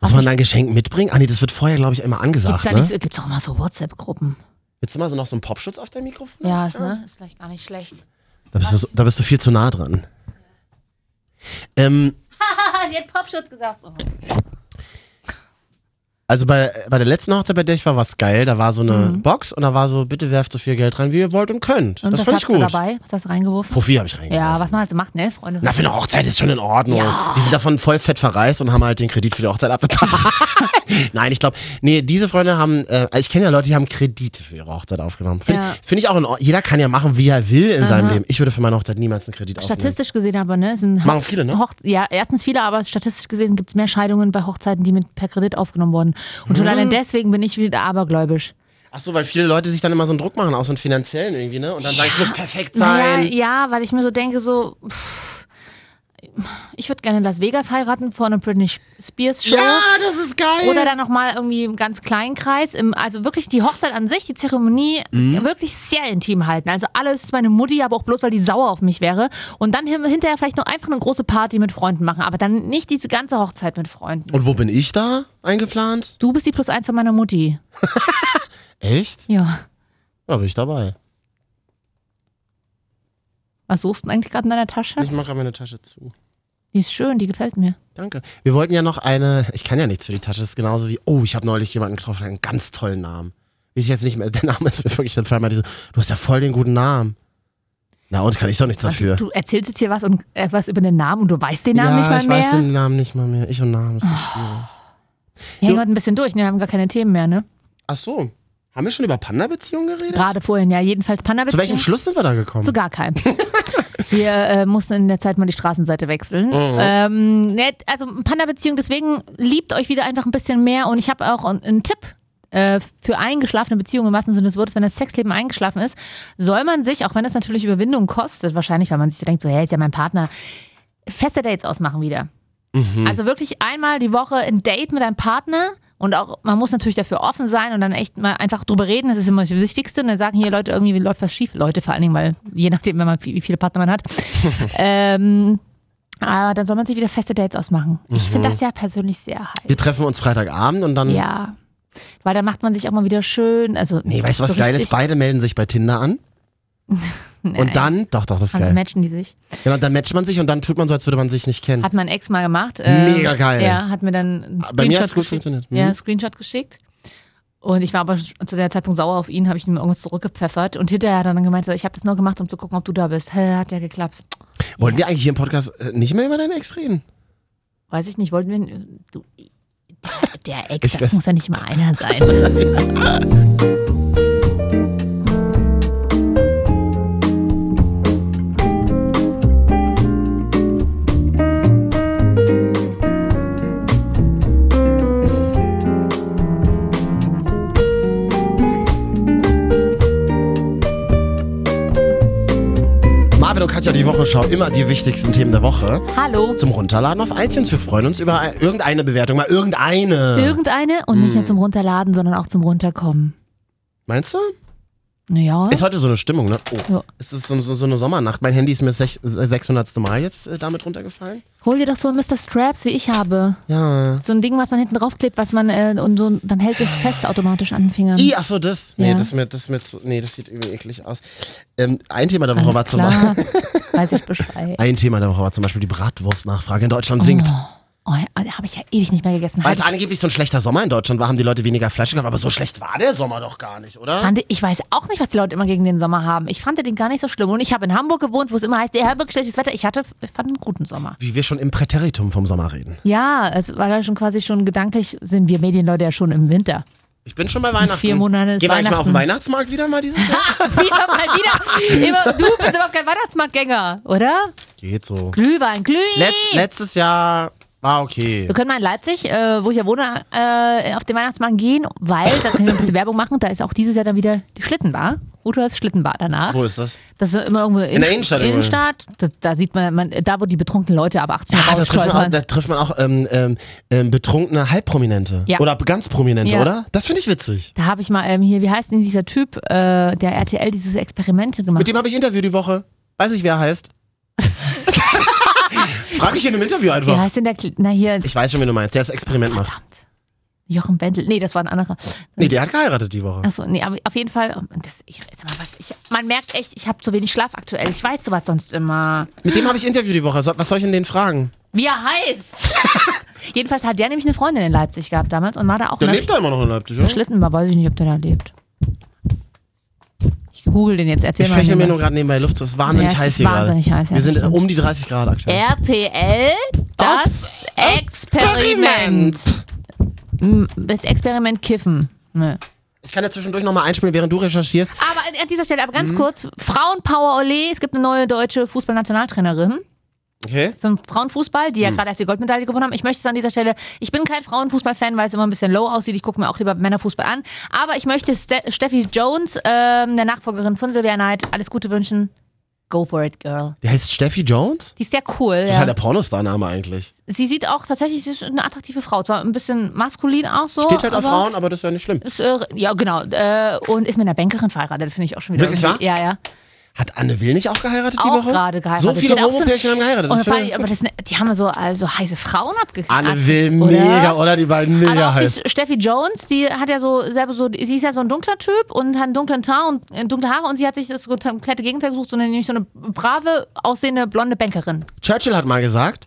Speaker 1: Muss man da ein Geschenk mitbringen? Ah nee, das wird vorher, glaube ich, immer
Speaker 2: Also Gibt's
Speaker 1: angesagt,
Speaker 2: da
Speaker 1: ne?
Speaker 2: nicht so, gibt's auch immer so WhatsApp-Gruppen.
Speaker 1: Willst du mal so noch so einen Popschutz auf dein Mikrofon?
Speaker 2: Ja, ist, ne? Ist vielleicht gar nicht schlecht.
Speaker 1: Da bist du, so- da bist du viel zu nah dran. Ähm,
Speaker 2: Ah, Sie hat Popschutz gesagt. Oh.
Speaker 1: also bei, bei der letzten Hochzeit, bei der ich war, war es geil. Da war so eine Box und da war so, bitte werft so viel Geld rein, wie ihr wollt und könnt.
Speaker 2: Mhm. Und
Speaker 1: das
Speaker 2: was
Speaker 1: fand
Speaker 2: hast
Speaker 1: ich
Speaker 2: du
Speaker 1: gut.
Speaker 2: dabei? Was hast du reingeworfen?
Speaker 1: Profil habe ich reingegangen.
Speaker 2: Ja, was man halt so macht, ne, Freunde?
Speaker 1: Na, für eine Hochzeit ist schon in Ordnung. Die sind davon voll fett verreist und haben halt den Kredit für die Hochzeit abbezahlt. Nein, ich glaube, nee, diese Freunde haben, äh, ich kenne ja Leute, die haben Kredite für ihre Hochzeit aufgenommen. Finde
Speaker 2: Ja.
Speaker 1: ich, find ich auch in Ordnung. Jeder kann ja machen, wie er will in seinem Leben. Ich würde für meine Hochzeit niemals einen Kredit aufnehmen.
Speaker 2: Statistisch gesehen aber, ne? Sind
Speaker 1: Machen viele, ne?
Speaker 2: Hoch ja, erstens viele, aber statistisch gesehen gibt es mehr Scheidungen bei Hochzeiten, die mit per Kredit aufgenommen wurden. Und
Speaker 1: Mhm.
Speaker 2: schon allein deswegen bin ich wieder abergläubisch.
Speaker 1: Ach so, weil viele Leute sich dann immer so einen Druck machen, auch so einen finanziellen irgendwie, ne? Und dann sagen, es muss perfekt
Speaker 2: Naja,
Speaker 1: sein.
Speaker 2: ja, weil ich mir so denke, so. pff, Ich würde gerne in Las Vegas heiraten vor einer Britney Spears Show.
Speaker 1: Ja, das ist geil.
Speaker 2: Oder dann nochmal irgendwie im ganz kleinen Kreis. Im, also wirklich die Hochzeit an sich, die Zeremonie
Speaker 1: Mhm.
Speaker 2: wirklich sehr intim halten. Also alles meine Mutti, aber auch bloß, weil die sauer auf mich wäre. Und dann hin- hinterher vielleicht noch einfach eine große Party mit Freunden machen. Aber dann nicht diese ganze Hochzeit mit Freunden.
Speaker 1: Und wo bin ich da eingeplant?
Speaker 2: Du bist die Plus eins von meiner Mutti.
Speaker 1: Echt?
Speaker 2: Ja.
Speaker 1: Da bin ich dabei.
Speaker 2: Was suchst du denn eigentlich gerade in deiner Tasche?
Speaker 1: Ich mache gerade meine Tasche zu.
Speaker 2: Die ist schön, die gefällt mir.
Speaker 1: Danke. Wir wollten ja noch eine, ich kann ja nichts für die Tasche, das ist genauso wie, oh, ich habe neulich jemanden getroffen, einen ganz tollen Namen. Wie ich jetzt nicht mehr, der Name ist mir wirklich dann vor allem diese, du hast ja voll den guten Namen. Na und kann ich doch nichts dafür.
Speaker 2: Du erzählst jetzt hier was und äh, was über den Namen und du weißt den Namen
Speaker 1: ja,
Speaker 2: nicht mal
Speaker 1: ich
Speaker 2: mehr. Oh.
Speaker 1: weiß den Namen nicht mal mehr. Ich und Namen ist so schwierig.
Speaker 2: Wir hängen heute ein bisschen durch, ne? wir haben gar keine Themen mehr, ne?
Speaker 1: Ach so, haben wir schon über Panda-Beziehungen geredet?
Speaker 2: Gerade vorhin, ja, jedenfalls panda
Speaker 1: Zu welchem Schluss sind wir da gekommen?
Speaker 2: Zu gar keinem. Wir äh, mussten in der Zeit mal die Straßenseite wechseln. Ähm, ne, also Panda-Beziehung, deswegen liebt euch wieder einfach ein bisschen mehr. Und ich habe auch einen- einen Tipp äh, für eingeschlafene Beziehungen im wahrsten Sinne des Wortes, wenn das Sexleben eingeschlafen ist, soll man sich, auch wenn das natürlich Überwindung kostet, wahrscheinlich, weil man sich denkt, so, hey, ist ja mein Partner, feste Dates ausmachen wieder.
Speaker 1: Hm.
Speaker 2: Also wirklich einmal die Woche ein Date mit einem Partner. Und auch, man muss natürlich dafür offen sein und dann echt mal einfach drüber reden. Das ist immer das Wichtigste. Und dann sagen hier Leute, irgendwie läuft was schief. Leute vor allen Dingen, weil je nachdem, wenn man, wie wie viele Partner man hat. ähm, aber dann soll man sich wieder feste Dates ausmachen. Ich finde das ja persönlich sehr heiß.
Speaker 1: Mhm. wir treffen uns Freitagabend und dann.
Speaker 2: Ja. Weil dann macht man sich auch mal wieder schön. Also,
Speaker 1: Nee, weißt du, was
Speaker 2: so
Speaker 1: geil ist?
Speaker 2: richtig-
Speaker 1: Beide melden sich bei Tinder an. Und dann, doch, doch, das ist
Speaker 2: Dann
Speaker 1: geil.
Speaker 2: matchen die sich.
Speaker 1: Genau, dann matcht man sich und dann tut man so, als würde man sich nicht kennen.
Speaker 2: Hat mein Ex mal gemacht. Ähm,
Speaker 1: Hm. Mega geil. Ah,
Speaker 2: Ja, hat mir dann einen Screenshot
Speaker 1: Bei mir hat's gut
Speaker 2: geschickt.
Speaker 1: funktioniert. Mhm.
Speaker 2: Ja, einen Screenshot geschickt. Und ich war aber sch- zu der Zeitpunkt sauer auf ihn, habe ich ihm irgendwas zurückgepfeffert. Und hinterher hat er dann gemeint, so, ich habe das nur gemacht, um zu gucken, ob du da bist. Hä, hat ja geklappt.
Speaker 1: Wollen wir eigentlich hier im Podcast äh, nicht mehr über deinen Ex reden?
Speaker 2: Weiß ich nicht, wollten wir. Du, der, der Ex,
Speaker 1: Ich weiß-
Speaker 2: das muss ja nicht immer einer sein.
Speaker 1: Marvin und Katja, die Wochenschau, immer die wichtigsten Themen der Woche.
Speaker 2: Hallo.
Speaker 1: Zum Runterladen auf iTunes. Wir freuen uns über ein- irgendeine Bewertung, mal irgendeine. Hm.
Speaker 2: Irgendeine und nicht nur zum Runterladen, sondern auch zum Runterkommen.
Speaker 1: Meinst du?
Speaker 2: Ja.
Speaker 1: Ist heute so eine Stimmung, ne? Oh.
Speaker 2: Ja.
Speaker 1: Es ist so, so, so eine Sommernacht. Mein Handy ist mir sech- 600. Mal jetzt äh, damit runtergefallen.
Speaker 2: Hol dir doch so ein Mr. Straps, wie ich habe.
Speaker 1: Ja.
Speaker 2: So ein Ding, was man hinten draufklebt, was man äh, und so, dann hält es fest automatisch an den Fingern.
Speaker 1: I, ach so, das. Nee,
Speaker 2: Ja.
Speaker 1: das, ist mir, das, ist mir zu, nee das sieht irgendwie eklig aus. Ähm, ein Thema der Woche
Speaker 2: Alles
Speaker 1: war zum Beispiel.
Speaker 2: klar. Weiß ich Bescheid.
Speaker 1: Ein Thema der Woche war zum Beispiel die Bratwurstnachfrage in Deutschland sinkt.
Speaker 2: Oh, ja, habe ich ja ewig nicht mehr gegessen.
Speaker 1: Weil es
Speaker 2: Hatte ich-
Speaker 1: angeblich so ein schlechter Sommer in Deutschland war, haben die Leute weniger Fleisch gehabt. Aber so schlecht war der Sommer doch gar nicht, oder?
Speaker 2: Fand, ich weiß auch nicht, was die Leute immer gegen den Sommer haben. Ich fand den gar nicht so schlimm. Und ich habe in Hamburg gewohnt, wo es immer heißt, der Hamburg schlechtes Wetter. Ich hatte, ich fand einen guten Sommer.
Speaker 1: Wie wir schon im Präteritum vom Sommer reden.
Speaker 2: Ja, es war da schon quasi schon gedanklich, sind wir Medienleute ja schon im Winter.
Speaker 1: Ich bin schon bei Weihnachten.
Speaker 2: Vier Monate ist
Speaker 1: Gehen wir eigentlich mal auf den
Speaker 2: Weihnachten.
Speaker 1: Weihnachtsmarkt wieder mal dieses Jahr?
Speaker 2: Ha, wieder mal wieder. Immer, du bist überhaupt kein Weihnachtsmarktgänger, oder?
Speaker 1: Geht so.
Speaker 2: Glühwein, Glüh.
Speaker 1: Letz, letztes Jahr war okay.
Speaker 2: Wir können mal in Leipzig, äh, wo ich ja wohne, äh, auf den Weihnachtsmarkt gehen, weil da können wir ein bisschen Werbung machen. Da ist auch dieses Jahr dann wieder die Schlittenbar. Rudolfs Schlittenbar danach.
Speaker 1: Wo ist das?
Speaker 2: Das ist immer irgendwo in,
Speaker 1: der Innenstadt irgendwo.
Speaker 2: Innenstadt. Da, da sieht man, man, da wo die betrunkenen Leute ab 18
Speaker 1: Ah, da trifft man auch,
Speaker 2: rausstolpern.
Speaker 1: da trifft man auch ähm, ähm, ähm, betrunkene Halbprominente.
Speaker 2: Ja.
Speaker 1: Oder ganz Prominente,
Speaker 2: Ja.
Speaker 1: oder? Das finde ich witzig.
Speaker 2: Da habe ich mal ähm, hier, wie heißt denn dieser Typ, äh, der RTL dieses Experimente gemacht
Speaker 1: Mit dem habe ich Interview die Woche. Weiß ich, wer er heißt. Frag ich in einem Interview
Speaker 2: Wie
Speaker 1: einfach.
Speaker 2: heißt denn der, Kle- na hier,
Speaker 1: Ich weiß schon, wen du meinst, der das Experiment macht.
Speaker 2: verdammt. Jochen Bendel. Nee, das war ein anderer.
Speaker 1: Nee, der hat geheiratet die Woche.
Speaker 2: Achso, nee, aber auf jeden Fall, oh, das, ich, sag mal, was, ich, man merkt echt, ich habe zu wenig Schlaf aktuell. Ich weiß sowas sonst immer.
Speaker 1: Mit dem habe ich Interview die Woche. So, was soll ich denn den fragen?
Speaker 2: Wie er heißt. Jedenfalls hat der nämlich eine Freundin in Leipzig gehabt damals und war da auch
Speaker 1: Der
Speaker 2: in
Speaker 1: lebt da immer noch in Leipzig,
Speaker 2: der
Speaker 1: oder?
Speaker 2: Schlittenbar. Weiß ich nicht, ob der da lebt. Ich google den jetzt, erzähl
Speaker 1: Ich
Speaker 2: mal.
Speaker 1: fächle mir
Speaker 2: jemand.
Speaker 1: nur gerade nebenbei Luft. zu. Es ist wahnsinnig
Speaker 2: Ja, es
Speaker 1: heiß
Speaker 2: ist
Speaker 1: hier
Speaker 2: wahnsinnig
Speaker 1: gerade.
Speaker 2: heiß, ja,
Speaker 1: Wir
Speaker 2: das
Speaker 1: sind
Speaker 2: stimmt.
Speaker 1: um die 30 Grad aktuell.
Speaker 2: RTL, das
Speaker 1: Das
Speaker 2: Experiment. M, Das Experiment Kiffen. Ne.
Speaker 1: Ich kann ja zwischendurch nochmal einspielen, während du recherchierst.
Speaker 2: Aber an- an dieser Stelle, aber
Speaker 1: Mhm.
Speaker 2: ganz kurz, Frauenpower Ole, es gibt eine neue deutsche Fußballnationaltrainerin
Speaker 1: Okay.
Speaker 2: für den Frauenfußball,
Speaker 1: Hm.
Speaker 2: die ja gerade erst die Goldmedaille gewonnen haben. Ich möchte es an dieser Stelle, ich bin kein Frauenfußball-Fan, weil es immer ein bisschen low aussieht. Ich gucke mir auch lieber Männerfußball an. Aber ich möchte Ste Steffi Jones, ähm, der Nachfolgerin von Sylvia Knight, alles Gute wünschen. Go for it, girl.
Speaker 1: Der heißt Steffi Jones?
Speaker 2: Die ist sehr cool.
Speaker 1: Total
Speaker 2: ja.
Speaker 1: der Pornostar-Name eigentlich.
Speaker 2: sie sieht auch tatsächlich, sie ist eine attraktive Frau. Zwar ein bisschen maskulin auch so.
Speaker 1: Steht halt auf
Speaker 2: Oh, aber
Speaker 1: Frauen, aber das ist ja nicht schlimm.
Speaker 2: Ist, äh, ja, genau. Äh, und ist mit einer Bankerin verheiratet, finde ich auch schon wieder.
Speaker 1: Wirklich
Speaker 2: irgendwie- Ja, ja.
Speaker 1: Hat Anne Will nicht auch geheiratet die
Speaker 2: Auch
Speaker 1: Woche?
Speaker 2: gerade geheiratet.
Speaker 1: So viele
Speaker 2: Die hat auch so-
Speaker 1: Homo-Pärchen haben geheiratet.
Speaker 2: Und
Speaker 1: Das
Speaker 2: dann fand
Speaker 1: finde ich
Speaker 2: ich,
Speaker 1: ganz
Speaker 2: aber
Speaker 1: gut.
Speaker 2: das, sind- die haben so also heiße Frauen abgekriegt.
Speaker 1: Anne Will, mega, oder? Die beiden mega
Speaker 2: Aber auch
Speaker 1: heiß.
Speaker 2: die Steffi Jones, die hat ja so selber so, sie ist ja so ein dunkler Typ und hat einen dunklen Teint und äh, dunkle Haare und sie hat sich das komplette Gegenteil gesucht, sondern nämlich so eine brave, aussehende, blonde Bankerin.
Speaker 1: Churchill hat mal gesagt,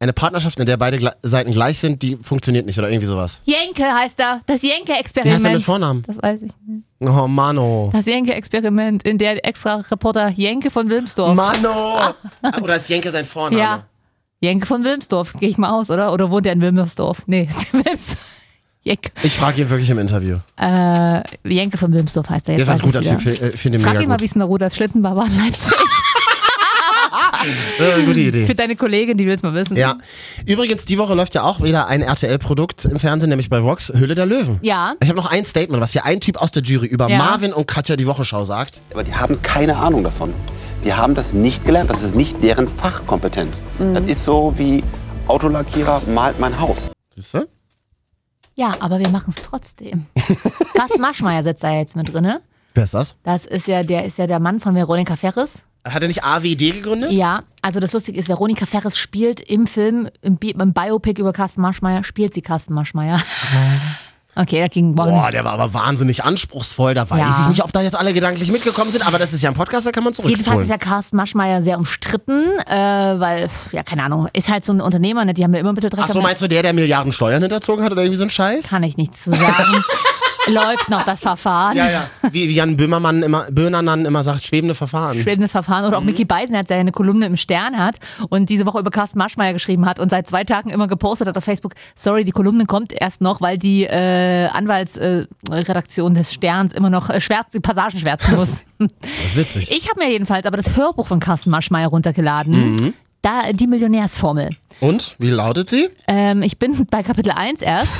Speaker 1: eine Partnerschaft, in der beide gle- Seiten gleich sind, die funktioniert nicht oder irgendwie sowas.
Speaker 2: Jenke heißt da, das
Speaker 1: Wie heißt
Speaker 2: Jenke-Experiment.
Speaker 1: er mit Vornamen?
Speaker 2: das weiß ich nicht.
Speaker 1: Oh, Mano.
Speaker 2: Das Jenke-Experiment, in der extra Reporter Jenke von Wilmsdorf.
Speaker 1: Mano! Oder ist Jenke sein Vorname?
Speaker 2: Oh. ja. Jenke von Wilmsdorf, gehe ich mal aus, oder? Oder wohnt er in Wilmsdorf? Nee, Wilms. Jenke.
Speaker 1: Ich frage ihn wirklich im Interview.
Speaker 2: Äh, Jenke von Wilmsdorf heißt er
Speaker 1: Der
Speaker 2: jetzt.
Speaker 1: war ein
Speaker 2: weiß ich's
Speaker 1: guter
Speaker 2: wieder.
Speaker 1: Typ, fi- äh, finde ihn
Speaker 2: Frag ihn
Speaker 1: mega
Speaker 2: mal, wie
Speaker 1: gut.
Speaker 2: es in der Rudolf Schlittenbar war in Leipzig.
Speaker 1: Äh, gute
Speaker 2: Für
Speaker 1: Idee.
Speaker 2: deine Kollegin, die will es mal wissen.
Speaker 1: Ja. Übrigens, die Woche läuft ja auch wieder ein RTL-Produkt im Fernsehen, nämlich bei Vox, Hülle der Löwen.
Speaker 2: Ja.
Speaker 1: Ich habe noch ein Statement, was hier ein Typ aus der Jury über
Speaker 2: Ja.
Speaker 1: Marvin und Katja die Wochenschau sagt.
Speaker 8: Aber die haben keine Ahnung davon. Die haben das nicht gelernt. Das ist nicht deren Fachkompetenz. Das ist so wie Autolackierer malt mein Haus.
Speaker 1: Siehst du?
Speaker 2: Ja, aber wir machen es trotzdem. Carsten Maschmeyer sitzt da jetzt mit drinne.
Speaker 1: Wer ist das?
Speaker 2: Das ist ja, der ist ja der Mann von Veronika Ferris.
Speaker 1: Hat er nicht AWD gegründet?
Speaker 2: Ja, also das Lustige ist, Veronika Ferris spielt im Film, im, Bi im Biopic über Carsten Maschmeyer, spielt sie Carsten Maschmeyer. Okay, da ging
Speaker 1: Boah, der war aber wahnsinnig anspruchsvoll. Da weiß
Speaker 2: Ja.
Speaker 1: ich nicht, ob da jetzt alle gedanklich mitgekommen sind, aber das ist ja ein Podcast, da kann man
Speaker 2: Jedenfalls ist
Speaker 1: zurückspulen.
Speaker 2: ja Carsten Maschmeyer sehr umstritten, äh, weil, pf, ja, keine Ahnung, ist halt so ein Unternehmer, ne? die haben ja immer ein bisschen Dreck
Speaker 1: Ach so,
Speaker 2: am-
Speaker 1: meinst du der, der Milliarden Steuern hinterzogen hat oder irgendwie so ein Scheiß?
Speaker 2: Kann ich nichts zu sagen. Läuft noch das Verfahren.
Speaker 1: Ja, ja. Wie, wie Jan Böhmermann immer, Böhnermann immer sagt, schwebende Verfahren.
Speaker 2: schwebende Verfahren oder auch Mickey Beisen hat, der eine Kolumne im Stern hat und diese Woche über Carsten Marschmeier geschrieben hat und seit zwei Tagen immer gepostet hat auf Facebook, sorry, die Kolumne kommt erst noch, weil die äh, Anwaltsredaktion äh, Redaktion des Sterns immer noch äh, schwärz, die Passagen schwärzen muss.
Speaker 1: das ist witzig.
Speaker 2: ich habe mir jedenfalls aber das Hörbuch von Carsten Marschmeier runtergeladen. Da die Millionärsformel.
Speaker 1: Und? Wie lautet sie?
Speaker 2: Ähm, ich bin bei Kapitel 1 erst.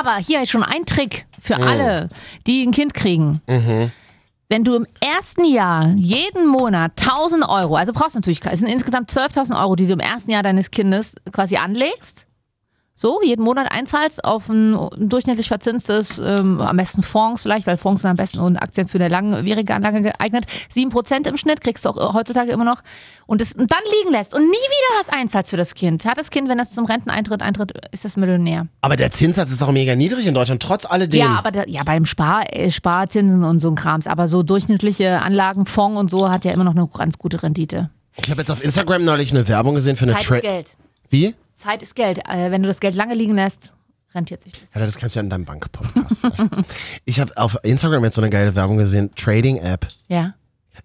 Speaker 2: Aber hier ist schon ein Trick für alle, die ein Kind kriegen. Wenn du im ersten Jahr jeden Monat 1000 Euro, also brauchst du natürlich, es sind insgesamt 12.000 Euro, die du im ersten Jahr deines Kindes quasi anlegst, so jeden Monat einzahlst auf ein durchschnittlich verzinstes, ähm, am besten Fonds vielleicht, weil Fonds sind am besten und Aktien für eine langwierige Anlage geeignet. 7% im Schnitt kriegst du auch äh, heutzutage immer noch und es und dann liegen lässt und nie wieder was einzahlst für das Kind. Hat das Kind, wenn das zum Renteneintritt eintritt, ist das Millionär.
Speaker 1: Aber der Zinssatz ist doch mega niedrig in Deutschland, trotz alledem.
Speaker 2: Ja, aber da, ja, beim Spar, äh, Sparzinsen und so ein Krams, aber so durchschnittliche Anlagen, Fonds und so hat ja immer noch eine ganz gute Rendite.
Speaker 1: ich habe jetzt auf Instagram neulich eine Werbung gesehen für eine
Speaker 2: Zeit ist
Speaker 1: Trade.
Speaker 2: Geld.
Speaker 1: Wie?
Speaker 2: Zeit ist Geld. Äh, wenn du das Geld lange liegen lässt, rentiert sich das.
Speaker 1: Ja, das kannst du ja in deinem Bank-Podcast vielleicht. Ich habe auf Instagram jetzt so eine geile Werbung gesehen, Trading-App.
Speaker 2: Ja.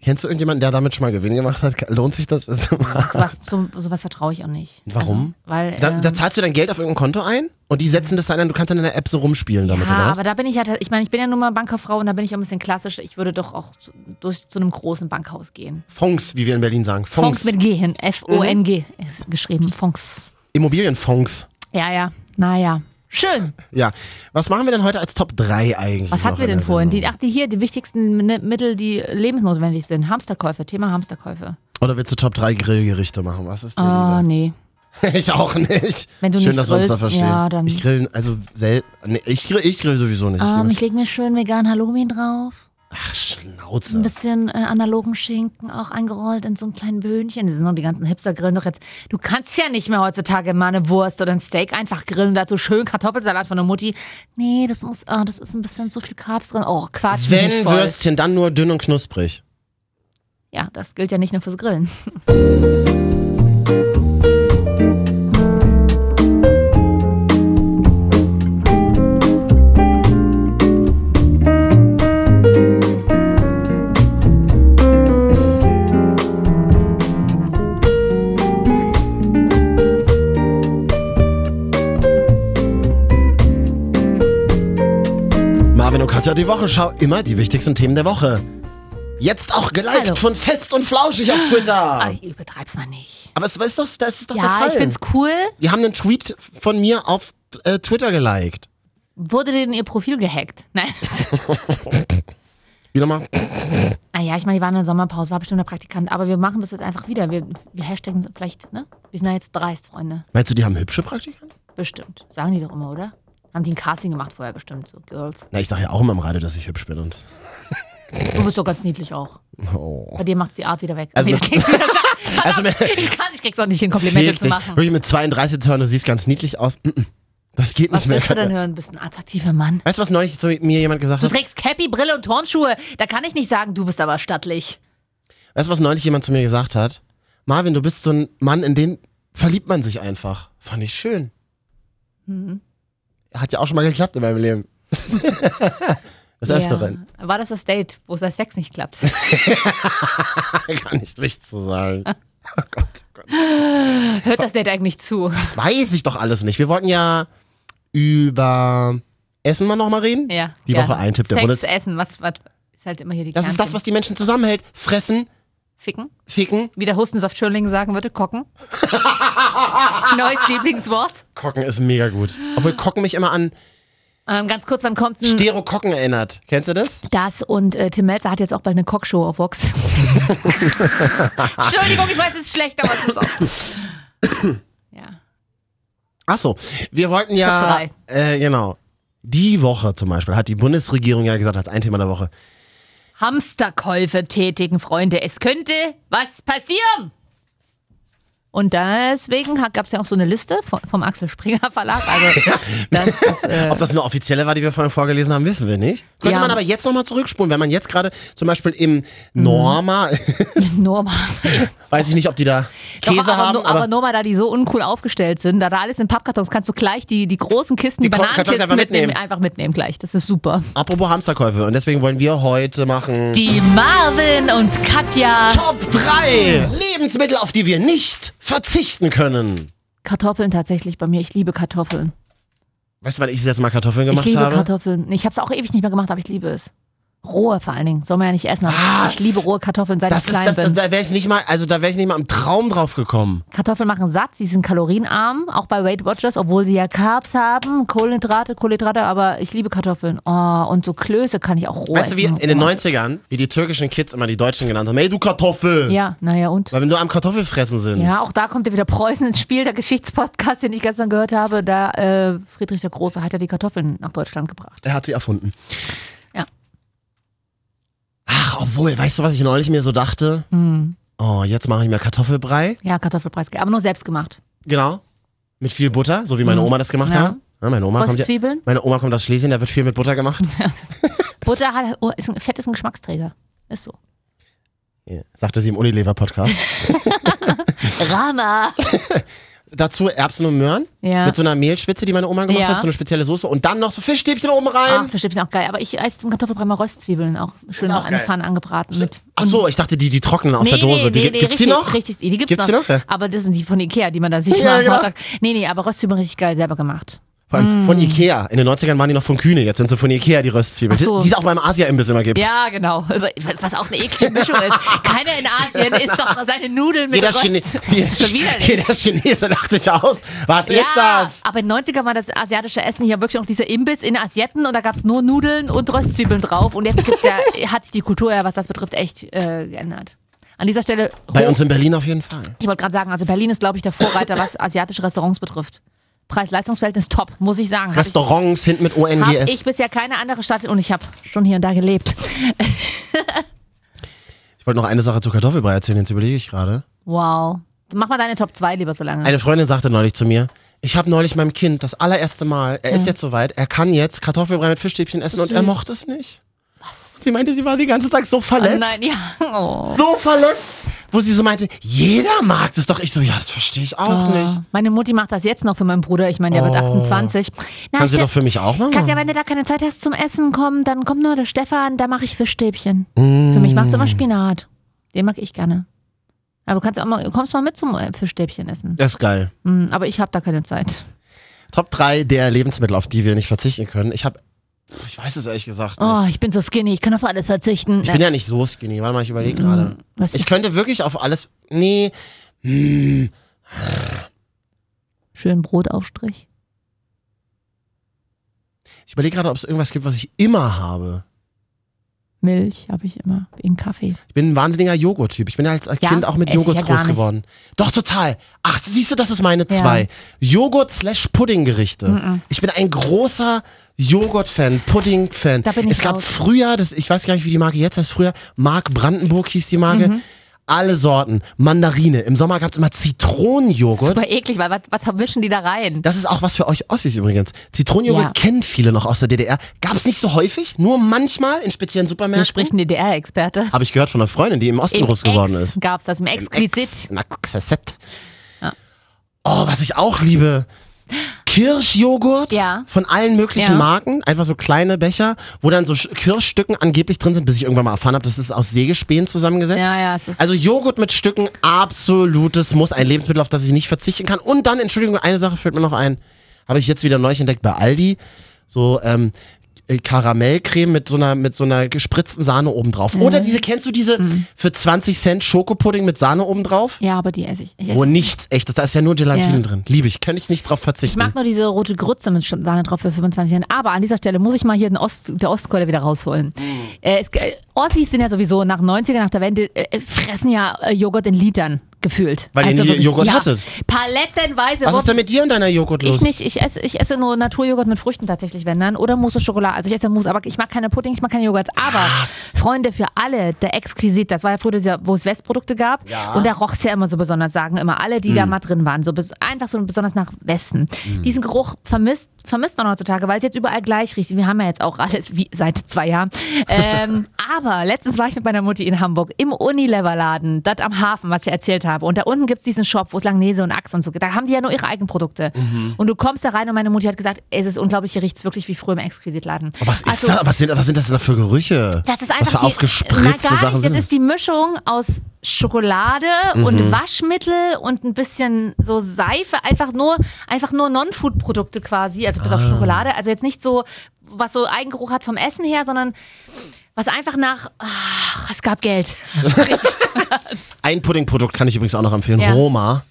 Speaker 1: Kennst du irgendjemanden, der damit schon mal Gewinn gemacht hat? Lohnt sich das? das zu machen?
Speaker 2: Sowas, zum, sowas vertraue ich auch nicht.
Speaker 1: Warum?
Speaker 2: Also, weil.
Speaker 1: Da,
Speaker 2: ähm,
Speaker 1: da zahlst du dein Geld auf irgendein Konto ein und die setzen das dann ein. Du kannst dann in der App so rumspielen damit,
Speaker 2: ja,
Speaker 1: oder was?
Speaker 2: aber da bin ich ja, ich meine, ich bin ja nun mal Bankerfrau und da bin ich auch ein bisschen klassisch. Ich würde doch auch zu- durch zu einem großen Bankhaus gehen.
Speaker 1: Fonds, wie wir in Berlin sagen. Fonds.
Speaker 2: Fonks mit G hin. F-O-N-G
Speaker 1: Mhm.
Speaker 2: ist geschrieben. Fonks.
Speaker 1: Immobilienfonds.
Speaker 2: Ja, ja. Naja. Schön.
Speaker 1: Ja. Was machen wir denn heute als Top 3 eigentlich?
Speaker 2: Was
Speaker 1: noch
Speaker 2: hatten wir
Speaker 1: in
Speaker 2: denn
Speaker 1: der
Speaker 2: vorhin?
Speaker 1: Sendung?
Speaker 2: Die, ach, die hier, die wichtigsten Ne- Mittel, die lebensnotwendig sind. Hamsterkäufe, Thema Hamsterkäufe.
Speaker 1: Oder willst du Top 3 Grillgerichte machen? Was ist denn?
Speaker 2: Ah, nee.
Speaker 1: Ich auch nicht.
Speaker 2: Wenn du
Speaker 1: Schön,
Speaker 2: nicht
Speaker 1: dass wir uns da
Speaker 2: grillst,
Speaker 1: verstehen.
Speaker 2: ja, dann-
Speaker 1: ich grill, also selten. Nee, ich grill, ich grill sowieso nicht.
Speaker 2: Ähm,
Speaker 1: ich
Speaker 2: ich lege mir schön vegan Halloumi drauf.
Speaker 1: Ach,
Speaker 2: Ein
Speaker 1: Schnauze.
Speaker 2: bisschen äh, analogen Schinken auch eingerollt in so ein kleinen Böhnchen. Das sind noch die ganzen Hipster-Grillen doch jetzt. Du kannst ja nicht mehr heutzutage mal eine Wurst oder ein Steak einfach grillen. Dazu schön Kartoffelsalat von der Mutti. Nee, das muss, ah, das ist ein bisschen zu viel Carbs drin. Oh, Quatsch. bin ich
Speaker 1: Wenn
Speaker 2: voll.
Speaker 1: Würstchen, dann nur dünn und knusprig.
Speaker 2: Ja, das gilt ja nicht nur fürs Grillen.
Speaker 1: Marvin und Katja, die Wochenschau, immer die wichtigsten Themen der Woche. Jetzt auch geliked
Speaker 2: Hallo.
Speaker 1: von Fest und Flauschig auf Twitter.
Speaker 2: Ah, ich übertreib's mal nicht.
Speaker 1: Aber es ist doch, das ist doch der
Speaker 2: Ja,
Speaker 1: Fall.
Speaker 2: ich find's cool.
Speaker 1: Die haben einen Tweet von mir auf äh, Twitter geliked.
Speaker 2: Wurde denn ihr Profil gehackt? Nein.
Speaker 1: Wieder mal.
Speaker 2: Ah ja, ich meine, die waren in der Sommerpause, war bestimmt der Praktikant. Aber wir machen das jetzt einfach wieder. Wir, wir hashtaggen es vielleicht, ne? Wir sind ja jetzt dreist, Freunde.
Speaker 1: Meinst du, die haben hübsche Praktikanten?
Speaker 2: Bestimmt. Sagen die doch immer, oder? Haben die ein Casting gemacht vorher bestimmt, so Girls.
Speaker 1: Na, ich sage ja auch immer im Radio, dass ich hübsch bin und.
Speaker 2: Du bist doch ganz niedlich auch.
Speaker 1: Oh.
Speaker 2: Bei dir macht's die Art wieder weg.
Speaker 1: Also-
Speaker 2: nee, das klingt wieder scheiße.
Speaker 1: Also, mir-
Speaker 2: ich, kann, ich krieg's auch nicht hin, Komplimente
Speaker 1: Fehlt
Speaker 2: zu
Speaker 1: nicht.
Speaker 2: machen.
Speaker 1: Wirklich mit 32 zu hören, du siehst ganz niedlich aus. Mm, mm. Das geht
Speaker 2: Was
Speaker 1: nicht mehr.
Speaker 2: willst du denn
Speaker 1: Katja.
Speaker 2: hören? Du bist ein attraktiver Mann.
Speaker 1: Weißt du, was neulich zu mir jemand gesagt
Speaker 2: Du
Speaker 1: hat?
Speaker 2: trägst Cappy, Brille und Turnschuhe. Da kann ich nicht sagen, du bist aber stattlich.
Speaker 1: Weißt du, was neulich jemand zu mir gesagt hat? Marvin, du bist so ein Mann, in den verliebt man sich einfach. Fand ich schön.
Speaker 2: Mhm.
Speaker 1: Hat ja auch schon mal geklappt in meinem Leben. Des Öfteren.
Speaker 2: Ja. War das das Date, wo es das Sex nicht klappt?
Speaker 1: Gar nicht richtig zu sagen. Oh Gott, oh Gott.
Speaker 2: Hört das Date eigentlich zu?
Speaker 1: Das weiß ich doch alles nicht. Wir wollten ja über Essen mal nochmal reden.
Speaker 2: Ja.
Speaker 1: Die
Speaker 2: gerne.
Speaker 1: Woche ein Tipp der
Speaker 2: Sex,
Speaker 1: Bundes.
Speaker 2: Essen, was, was ist halt immer hier die
Speaker 1: Das ist das, was die Menschen zusammenhält. Fressen,
Speaker 2: Ficken.
Speaker 1: ficken.
Speaker 2: Wie der Hustensaft Schönling sagen würde, kocken. Neues Lieblingswort.
Speaker 1: Kocken ist mega gut. Obwohl Kocken mich immer an
Speaker 2: Ähm, ganz kurz, wann kommt ein
Speaker 1: Stero-Kocken erinnert. Kennst du das?
Speaker 2: das? Und äh, Tim Melzer hat jetzt auch bald eine Cockshow auf Vox. Entschuldigung, ich weiß, es ist schlecht, aber es ist auch. ja.
Speaker 1: Ach so, wir wollten ja.
Speaker 2: Top
Speaker 1: Äh, genau. Die Woche zum Beispiel hat die Bundesregierung ja gesagt, als ein Thema der Woche.
Speaker 2: Hamsterkäufe tätigen, Freunde. Es könnte was passieren. Und deswegen gab es ja auch so eine Liste vom, vom Axel Springer Verlag. Also, das ist, äh,
Speaker 1: Ob das eine offizielle war, die wir vorhin vorgelesen haben, wissen wir nicht. Könnte
Speaker 2: Ja.
Speaker 1: man aber jetzt nochmal zurückspulen, wenn man jetzt gerade zum Beispiel im Norma,
Speaker 2: normal.
Speaker 1: weiß ich nicht, ob die da
Speaker 2: Mhm. Doch,
Speaker 1: Käse
Speaker 2: aber,
Speaker 1: haben,
Speaker 2: nur, aber
Speaker 1: aber,
Speaker 2: nur mal, da die so uncool aufgestellt sind, da da alles in Pappkartons, kannst du gleich die, die großen Kisten, die,
Speaker 1: Die Ko- Kartons
Speaker 2: Bananenkisten
Speaker 1: einfach mitnehmen.
Speaker 2: einfach mitnehmen gleich. Das ist super.
Speaker 1: apropos Hamsterkäufe. Und deswegen wollen wir heute machen
Speaker 2: Die Marvin und Katja.
Speaker 1: Top 3 Lebensmittel, auf die wir nicht verzichten können.
Speaker 2: Kartoffeln tatsächlich bei mir. Ich liebe Kartoffeln.
Speaker 1: Weißt du, weil ich jetzt mal Kartoffeln gemacht
Speaker 2: ich liebe
Speaker 1: habe?
Speaker 2: Kartoffeln. Ich habe es auch ewig nicht mehr gemacht, aber ich liebe es. Rohe vor allen Dingen. Soll man ja nicht essen. Aber
Speaker 1: Was?
Speaker 2: ich liebe rohe Kartoffeln, seit
Speaker 1: Das
Speaker 2: ich
Speaker 1: ist,
Speaker 2: klein
Speaker 1: das,
Speaker 2: bin.
Speaker 1: das, da wäre ich nicht mal, also da wäre ich nicht mal im Traum drauf gekommen.
Speaker 2: Kartoffeln machen satt, sie sind kalorienarm, auch bei Weight Watchers, obwohl sie ja Carbs haben, Kohlenhydrate, Kohlenhydrate, aber ich liebe Kartoffeln. Oh, und so Klöße kann ich auch roh
Speaker 1: Weißt du, wie
Speaker 2: essen.
Speaker 1: in den
Speaker 2: Oh,
Speaker 1: 90ern, wie die türkischen Kids immer die Deutschen genannt haben, hey du Kartoffel!
Speaker 2: Ja, naja und?
Speaker 1: Weil wir nur am Kartoffelfressen sind.
Speaker 2: Ja, auch da kommt ja wieder Preußen ins Spiel, der Geschichtspodcast, den ich gestern gehört habe. Da äh, Friedrich der Große hat ja die Kartoffeln nach Deutschland gebracht.
Speaker 1: Er hat sie erfunden.
Speaker 2: Ja.
Speaker 1: Ach, obwohl, weißt du, was ich neulich mir so dachte?
Speaker 2: Hm.
Speaker 1: Oh, jetzt mache ich mir Kartoffelbrei.
Speaker 2: Ja, Kartoffelpreis, aber nur selbst gemacht.
Speaker 1: Genau. Mit viel Butter, so wie meine Oma das gemacht
Speaker 2: Hm. Ja.
Speaker 1: hat. Ja, meine, Oma kommt ja,
Speaker 2: Röstzwiebeln.
Speaker 1: meine Oma kommt aus Schlesien, da wird viel mit Butter gemacht.
Speaker 2: Butter hat, oh, ist ein, Fett ist ein Geschmacksträger. Ist so.
Speaker 1: Ja, sagte sie im Unilever-Podcast.
Speaker 2: Rana.
Speaker 1: Dazu Erbsen und Möhren.
Speaker 2: Ja.
Speaker 1: Mit so einer Mehlschwitze, die meine Oma gemacht
Speaker 2: Ja.
Speaker 1: hat, so eine spezielle Soße. Und dann noch so Fischstäbchen oben
Speaker 2: Ach,
Speaker 1: rein.
Speaker 2: Ah, verstehe ich auch geil. Aber ich esse zum Kartoffelbrei mal Röstzwiebeln auch schön
Speaker 1: auch
Speaker 2: noch an der
Speaker 1: geil.
Speaker 2: Pfanne angebraten mit.
Speaker 1: Ach so, ich dachte, die, die trocknen aus der Dose. die, gibt's
Speaker 2: richtig,
Speaker 1: die noch?
Speaker 2: Richtig, die gibt's,
Speaker 1: Gibt's die
Speaker 2: noch.
Speaker 1: noch? Ja.
Speaker 2: Aber das sind die von Ikea, die man da sich
Speaker 1: Ja,
Speaker 2: mal
Speaker 1: genau.
Speaker 2: genau. Nee, nee, aber Röstzwiebeln richtig geil selber gemacht.
Speaker 1: Vor
Speaker 2: Mm.
Speaker 1: allem von Ikea. In den 90ern waren die noch von Kühne, jetzt sind sie von Ikea, die Röstzwiebeln.
Speaker 2: Ach so.
Speaker 1: Die die es auch beim Asia-Imbiss immer gibt.
Speaker 2: Ja, genau. Über- Was auch eine eklige Mischung ist. Keiner in Asien isst doch seine Nudeln mit
Speaker 1: Jeder,
Speaker 2: Röst.
Speaker 1: Chine
Speaker 2: Das ist schon widerlich.
Speaker 1: jeder Chinese lacht sich aus. Was
Speaker 2: ja,
Speaker 1: ist das?
Speaker 2: aber in den 90ern war das asiatische Essen hier wirklich auch dieser Imbiss in Asietten und da gab es nur Nudeln und Röstzwiebeln drauf. Und jetzt gibt's ja, hat sich die Kultur ja, was das betrifft, echt äh, geändert. An dieser Stelle,
Speaker 1: Bei
Speaker 2: hoch-
Speaker 1: uns in Berlin auf jeden Fall.
Speaker 2: Oh. ich wollte gerade sagen, also Berlin ist, glaube ich, der Vorreiter, was asiatische Restaurants betrifft. Preis-Leistungs-Verhältnis top, muss ich sagen. Hab ich-
Speaker 1: Restaurants hinten mit
Speaker 2: Hab
Speaker 1: ONGS.
Speaker 2: ich
Speaker 1: Ich,
Speaker 2: bisher keine andere Stadt und ich habe schon hier und da gelebt.
Speaker 1: wollte noch eine Sache zu Kartoffelbrei erzählen, jetzt überlege ich gerade.
Speaker 2: Wow. Mach mal deine Top 2 lieber so lange.
Speaker 1: Eine Freundin sagte neulich zu mir, ich habe neulich meinem Kind das allererste Mal,
Speaker 2: Hm.
Speaker 1: er ist jetzt soweit, er kann jetzt Kartoffelbrei mit Fischstäbchen essen und er mochte es nicht. Was? Sie meinte, sie war den ganzen Tag so verletzt.
Speaker 2: Oh nein, ja. Oh.
Speaker 1: So verletzt. Wo sie so meinte, jeder mag das doch. Ich so, ja, das verstehe ich
Speaker 2: Oh.
Speaker 1: auch nicht.
Speaker 2: Meine Mutti macht das jetzt noch für meinen Bruder. Ich meine, der
Speaker 1: Oh.
Speaker 2: wird 28. Na,
Speaker 1: Kann sie
Speaker 2: Ste-
Speaker 1: doch für mich auch machen?
Speaker 2: Katja, wenn du da keine Zeit hast zum Essen kommen, dann kommt nur der Stefan, da mache ich Fischstäbchen.
Speaker 1: Mm.
Speaker 2: Für mich macht's immer Spinat. Den mag ich gerne. Aber du kannst auch mal, kommst mal mit zum äh, Fischstäbchen essen.
Speaker 1: Das ist geil.
Speaker 2: Mm, Aber ich habe da keine Zeit.
Speaker 1: Top 3 der Lebensmittel, auf die wir nicht verzichten können. Ich habe, ich weiß es ehrlich gesagt nicht.
Speaker 2: Oh, ich bin so skinny, ich Mm. kann auf alles verzichten. Äh,
Speaker 1: ich bin ja nicht so skinny. Warte mal, ich überlege gerade.
Speaker 2: Was
Speaker 1: Ich
Speaker 2: ist-
Speaker 1: könnte wirklich auf alles, nee, Hm.
Speaker 2: Schön Brotaufstrich.
Speaker 1: ich überlege gerade, ob es irgendwas gibt, was ich immer habe.
Speaker 2: Milch habe ich immer in Kaffee.
Speaker 1: Ich bin ein wahnsinniger Joghurt-Typ. Ich bin als
Speaker 2: Ja?
Speaker 1: Kind auch mit
Speaker 2: Esse ich
Speaker 1: Joghurt
Speaker 2: ja gar
Speaker 1: groß
Speaker 2: nicht.
Speaker 1: geworden. Doch, total. Ach, siehst du, das ist meine
Speaker 2: Ja. Mhm.
Speaker 1: zwei. Joghurt slash
Speaker 2: Mm,
Speaker 1: Puddinggerichte. Ich bin ein großer Joghurt-Fan, Pudding-Fan.
Speaker 2: Da bin ich
Speaker 1: Es gab
Speaker 2: raus.
Speaker 1: früher, das, ich weiß gar nicht, wie die Marke jetzt heißt, früher, Mark Brandenburg hieß die Marke.
Speaker 2: Mhm.
Speaker 1: Alle Sorten. Mandarine. Im Sommer gab es immer Zitronenjoghurt.
Speaker 2: Super eklig, weil was, was mischen die da rein?
Speaker 1: Das ist auch was für euch Ossis übrigens. Zitronenjoghurt
Speaker 2: Ja.
Speaker 1: kennen viele noch aus der DDR. Gab es nicht so häufig, nur manchmal in speziellen
Speaker 2: Da
Speaker 1: Supermärkten.
Speaker 2: spricht ein DDR-Experte.
Speaker 1: Habe ich gehört von einer Freundin, die im Osten groß geworden ist.
Speaker 2: Gab es das im
Speaker 1: Ex-
Speaker 2: Exquisit.
Speaker 1: Na, Quasett. Oh, was ich auch liebe. Kirschjoghurt
Speaker 2: Ja.
Speaker 1: von allen möglichen
Speaker 2: Ja.
Speaker 1: Marken, einfach so kleine Becher, wo dann so Sch- Kirschstücken angeblich drin sind, bis ich irgendwann mal erfahren habe, das ist aus Sägespänen zusammengesetzt.
Speaker 2: Ja, ja, es ist-
Speaker 1: also Joghurt mit Stücken, absolutes Muss, ein Lebensmittel, auf das ich nicht verzichten kann. Und dann, Entschuldigung, eine Sache fällt mir noch ein, habe ich jetzt wieder neu entdeckt bei Aldi, so ähm, äh, Karamellcreme mit so einer mit so einer gespritzten Sahne obendrauf. Oder
Speaker 2: Mhm.
Speaker 1: diese, kennst du diese für 20 Cent Schokopudding mit Sahne obendrauf?
Speaker 2: Ja, aber die esse ich. ich esse
Speaker 1: Wo
Speaker 2: es
Speaker 1: nichts echtes, da ist ja nur Gelatine
Speaker 2: Ja.
Speaker 1: drin. Liebe ich, kann ich nicht drauf
Speaker 2: Ich
Speaker 1: verzichten.
Speaker 2: mag nur diese rote Grütze mit Sch- Sahne drauf für 25 Cent. Aber an dieser Stelle muss ich mal hier den Ost, der Ostkeule wieder rausholen.
Speaker 1: Mm.
Speaker 2: Äh, es, äh, Ossis sind ja sowieso nach 90er, nach der Wende, äh, äh, fressen ja äh, Joghurt in Litern gefühlt. Also
Speaker 1: Weil ihr nie
Speaker 2: wirklich,
Speaker 1: Joghurt hattet.
Speaker 2: Palettenweise.
Speaker 1: Was ist
Speaker 2: wurden-
Speaker 1: denn mit dir und deiner Joghurt los?
Speaker 2: ich nicht, ich esse, ich esse nur Naturjoghurt mit Früchten tatsächlich, wenn dann. Oder Mousse au Schokolade. Also ich esse Mousse, aber ich mag keine Pudding, ich mag keine Joghurts. Aber Freunde für alle, der Exquisit, das war ja früher, dieser, wo es Westprodukte gab. Und da roch es ja immer so besonders, sagen immer alle, die da mal drin waren. So bes- einfach so besonders nach Westen. Diesen Geruch vermisst, vermisst man heutzutage, weil es jetzt überall gleich riecht. Wir haben ja jetzt auch alles wie seit zwei Jahren. Ähm, aber letztens war ich mit meiner Mutti in Hamburg im Unilever-Laden, dort am Hafen, was ich erzählt habe. Und da unten gibt es diesen Shop, wo es Langnese und Axe und so gibt. Da haben die ja nur ihre eigenen Produkte.
Speaker 1: Mhm.
Speaker 2: Und du kommst da rein und meine Mutti hat gesagt, es ist unglaublich, hier riecht es wirklich wie früher im Exquisitladen.
Speaker 1: Oh, was, ist
Speaker 2: Also,
Speaker 1: da, was, sind, was sind das denn da für Gerüche?
Speaker 2: Das ist
Speaker 1: was
Speaker 2: einfach
Speaker 1: für
Speaker 2: die, na
Speaker 1: aufgespritzte
Speaker 2: gar nicht,
Speaker 1: Sachen
Speaker 2: das
Speaker 1: sind Mhm.
Speaker 2: ist die Mischung aus Schokolade und Waschmittel und ein bisschen so Seife, einfach nur, einfach nur Non-Food-Produkte
Speaker 1: Ah.
Speaker 2: quasi, also bis auf Schokolade. Also jetzt nicht so, was so Eigengeruch hat vom Essen her, sondern was einfach nach, ach, es gab Geld.
Speaker 1: Ein Puddingprodukt kann ich übrigens auch noch empfehlen.
Speaker 2: Ja.
Speaker 1: Roma.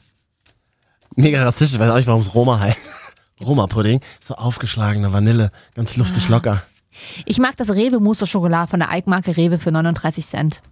Speaker 1: Mega rassistisch, ich weiß auch nicht, warum es Roma heißt. Roma-Pudding. So aufgeschlagene Vanille. Ganz
Speaker 2: Ah.
Speaker 1: luftig locker.
Speaker 2: Ich mag das Rewe Mousse au Chocolat von der Eigenmarke Rewe für 39 Cent.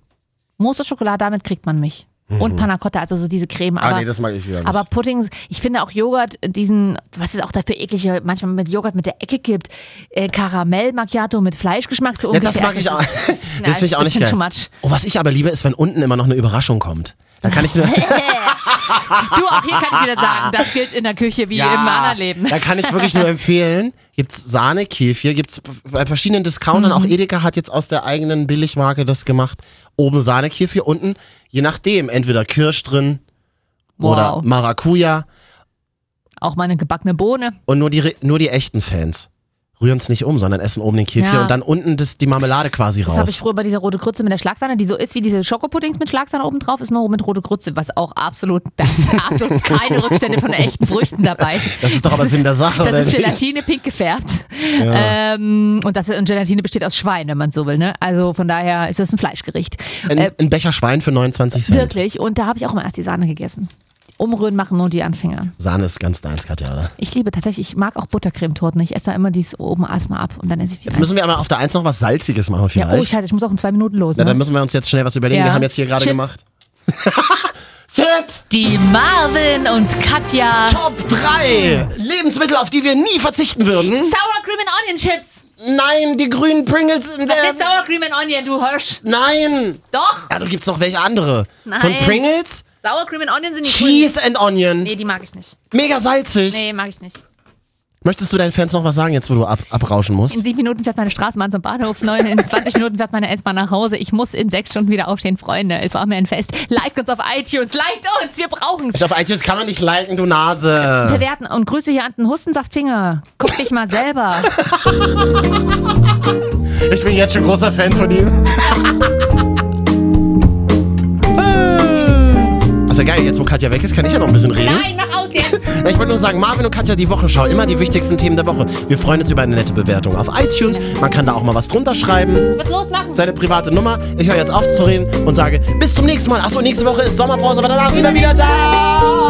Speaker 2: Mousse au Chocolat, damit kriegt man mich. Und Panna Cotta, also so diese Creme. Aber,
Speaker 1: Mhm. ah, nee, das mag ich wieder nicht.
Speaker 2: aber Puddings, ich finde auch Joghurt, diesen, was es auch dafür eklige, manchmal mit Joghurt mit der Ecke gibt, äh, Karamell Macchiato mit Fleischgeschmack, so
Speaker 1: ja, das
Speaker 2: ungefähr. Also
Speaker 1: mag ich auch.
Speaker 2: ist-
Speaker 1: Das
Speaker 2: ist-
Speaker 1: finde ich auch nicht
Speaker 2: bisschen
Speaker 1: geil.
Speaker 2: too much.
Speaker 1: Oh, was ich aber liebe, ist, wenn unten immer noch eine Überraschung kommt. Dann kann ich eine,
Speaker 2: Du, auch hier kann ich wieder sagen, das gilt in der Küche wie im anderen Leben.
Speaker 1: Da kann ich wirklich nur empfehlen. Gibt's Sahnekäfir, gibt's bei verschiedenen Discountern,
Speaker 2: Mhm.
Speaker 1: auch Edeka hat jetzt aus der eigenen Billigmarke das gemacht. Oben Sahnekäfir, unten, je nachdem, entweder Kirsch drin oder
Speaker 2: Wow.
Speaker 1: Maracuja
Speaker 2: Auch mal eine gebackene Bohne.
Speaker 1: und nur die, re- nur die echten Fans. Rühren's nicht um, sondern essen oben den Käfir
Speaker 2: Ja.
Speaker 1: und dann unten das, die Marmelade quasi
Speaker 2: Das habe
Speaker 1: raus.
Speaker 2: ich früher bei dieser rote Krütze mit der Schlagsahne, die so ist wie diese Schokopuddings mit Schlagsahne oben drauf, ist nur mit rote Krütze, was auch absolut, da sind absolut keine Rückstände von echten Früchten dabei.
Speaker 1: Das ist doch aber Sinn der Sache,
Speaker 2: Das
Speaker 1: oder
Speaker 2: ist
Speaker 1: nicht?
Speaker 2: Gelatine pink gefärbt. Ähm, und, das, und Gelatine besteht aus Schwein, wenn man so will. Ne? Also von daher ist das ein Fleischgericht.
Speaker 1: ein,
Speaker 2: äh,
Speaker 1: ein Becher Schwein für 29 Cent.
Speaker 2: Wirklich. Und da habe ich auch immer erst die Sahne gegessen. Umrühren machen nur die Anfänger.
Speaker 1: Sahne ist ganz deins, Katja, oder?
Speaker 2: Ich liebe tatsächlich, ich mag auch Buttercremetorten. Ich esse da immer dies oben erstmal ab und dann esse ich die
Speaker 1: Jetzt müssen wir aber auf der Eins noch was Salziges machen
Speaker 2: ja, oh,
Speaker 1: vielleicht.
Speaker 2: scheiße, ich muss auch in zwei Minuten los.
Speaker 1: Na,
Speaker 2: Ne?
Speaker 1: dann müssen wir uns jetzt schnell was überlegen.
Speaker 2: Ja.
Speaker 1: Wir haben jetzt hier gerade
Speaker 2: Chips.
Speaker 1: gemacht. Tipp!
Speaker 2: die Marvin und Katja.
Speaker 1: Top 3 Lebensmittel, auf die wir nie verzichten würden.
Speaker 2: Sour Cream and Onion Chips.
Speaker 1: Nein, die grünen Pringles. in
Speaker 2: Das
Speaker 1: der-
Speaker 2: ist Sour Cream and Onion, du Hirsch.
Speaker 1: Nein.
Speaker 2: Doch.
Speaker 1: Ja, du gibt's noch welche andere.
Speaker 2: Nein.
Speaker 1: Von Pringles,
Speaker 2: Sour Cream and Onion sind die grünen.
Speaker 1: Cheese and Onion.
Speaker 2: Nee, die mag ich nicht.
Speaker 1: Mega salzig.
Speaker 2: Nee, mag ich nicht.
Speaker 1: Möchtest du deinen Fans noch was sagen, jetzt wo du ab abrauschen musst?
Speaker 2: In sieben Minuten fährt meine Straßenbahn zum Bahnhof, neun, in 20 Minuten fährt meine S-Bahn nach Hause. Ich muss in sechs Stunden wieder aufstehen, Freunde. Es war mir ein Fest. Liked uns auf iTunes, liked uns, wir brauchen's.
Speaker 1: Auf iTunes kann man nicht liken, du Nase.
Speaker 2: Bewerten und Grüße hier an den Hustensaftfinger. Guck dich mal selber.
Speaker 1: Ich bin jetzt schon großer Fan von ihm. Also geil, jetzt wo Katja weg ist, kann ich ja noch ein bisschen reden.
Speaker 2: Nein, mach aus jetzt.
Speaker 1: Na, Ich wollte nur sagen, Marvin und Katja, die Wochenschau, immer die wichtigsten Themen der Woche. Wir freuen uns über eine nette Bewertung auf iTunes. Man kann da auch mal was drunter schreiben.
Speaker 2: Was los machen?
Speaker 1: Seine private Nummer. Ich höre jetzt auf zu reden und sage bis zum nächsten Mal. Achso, nächste Woche ist Sommerpause, aber danach sind wir wieder da.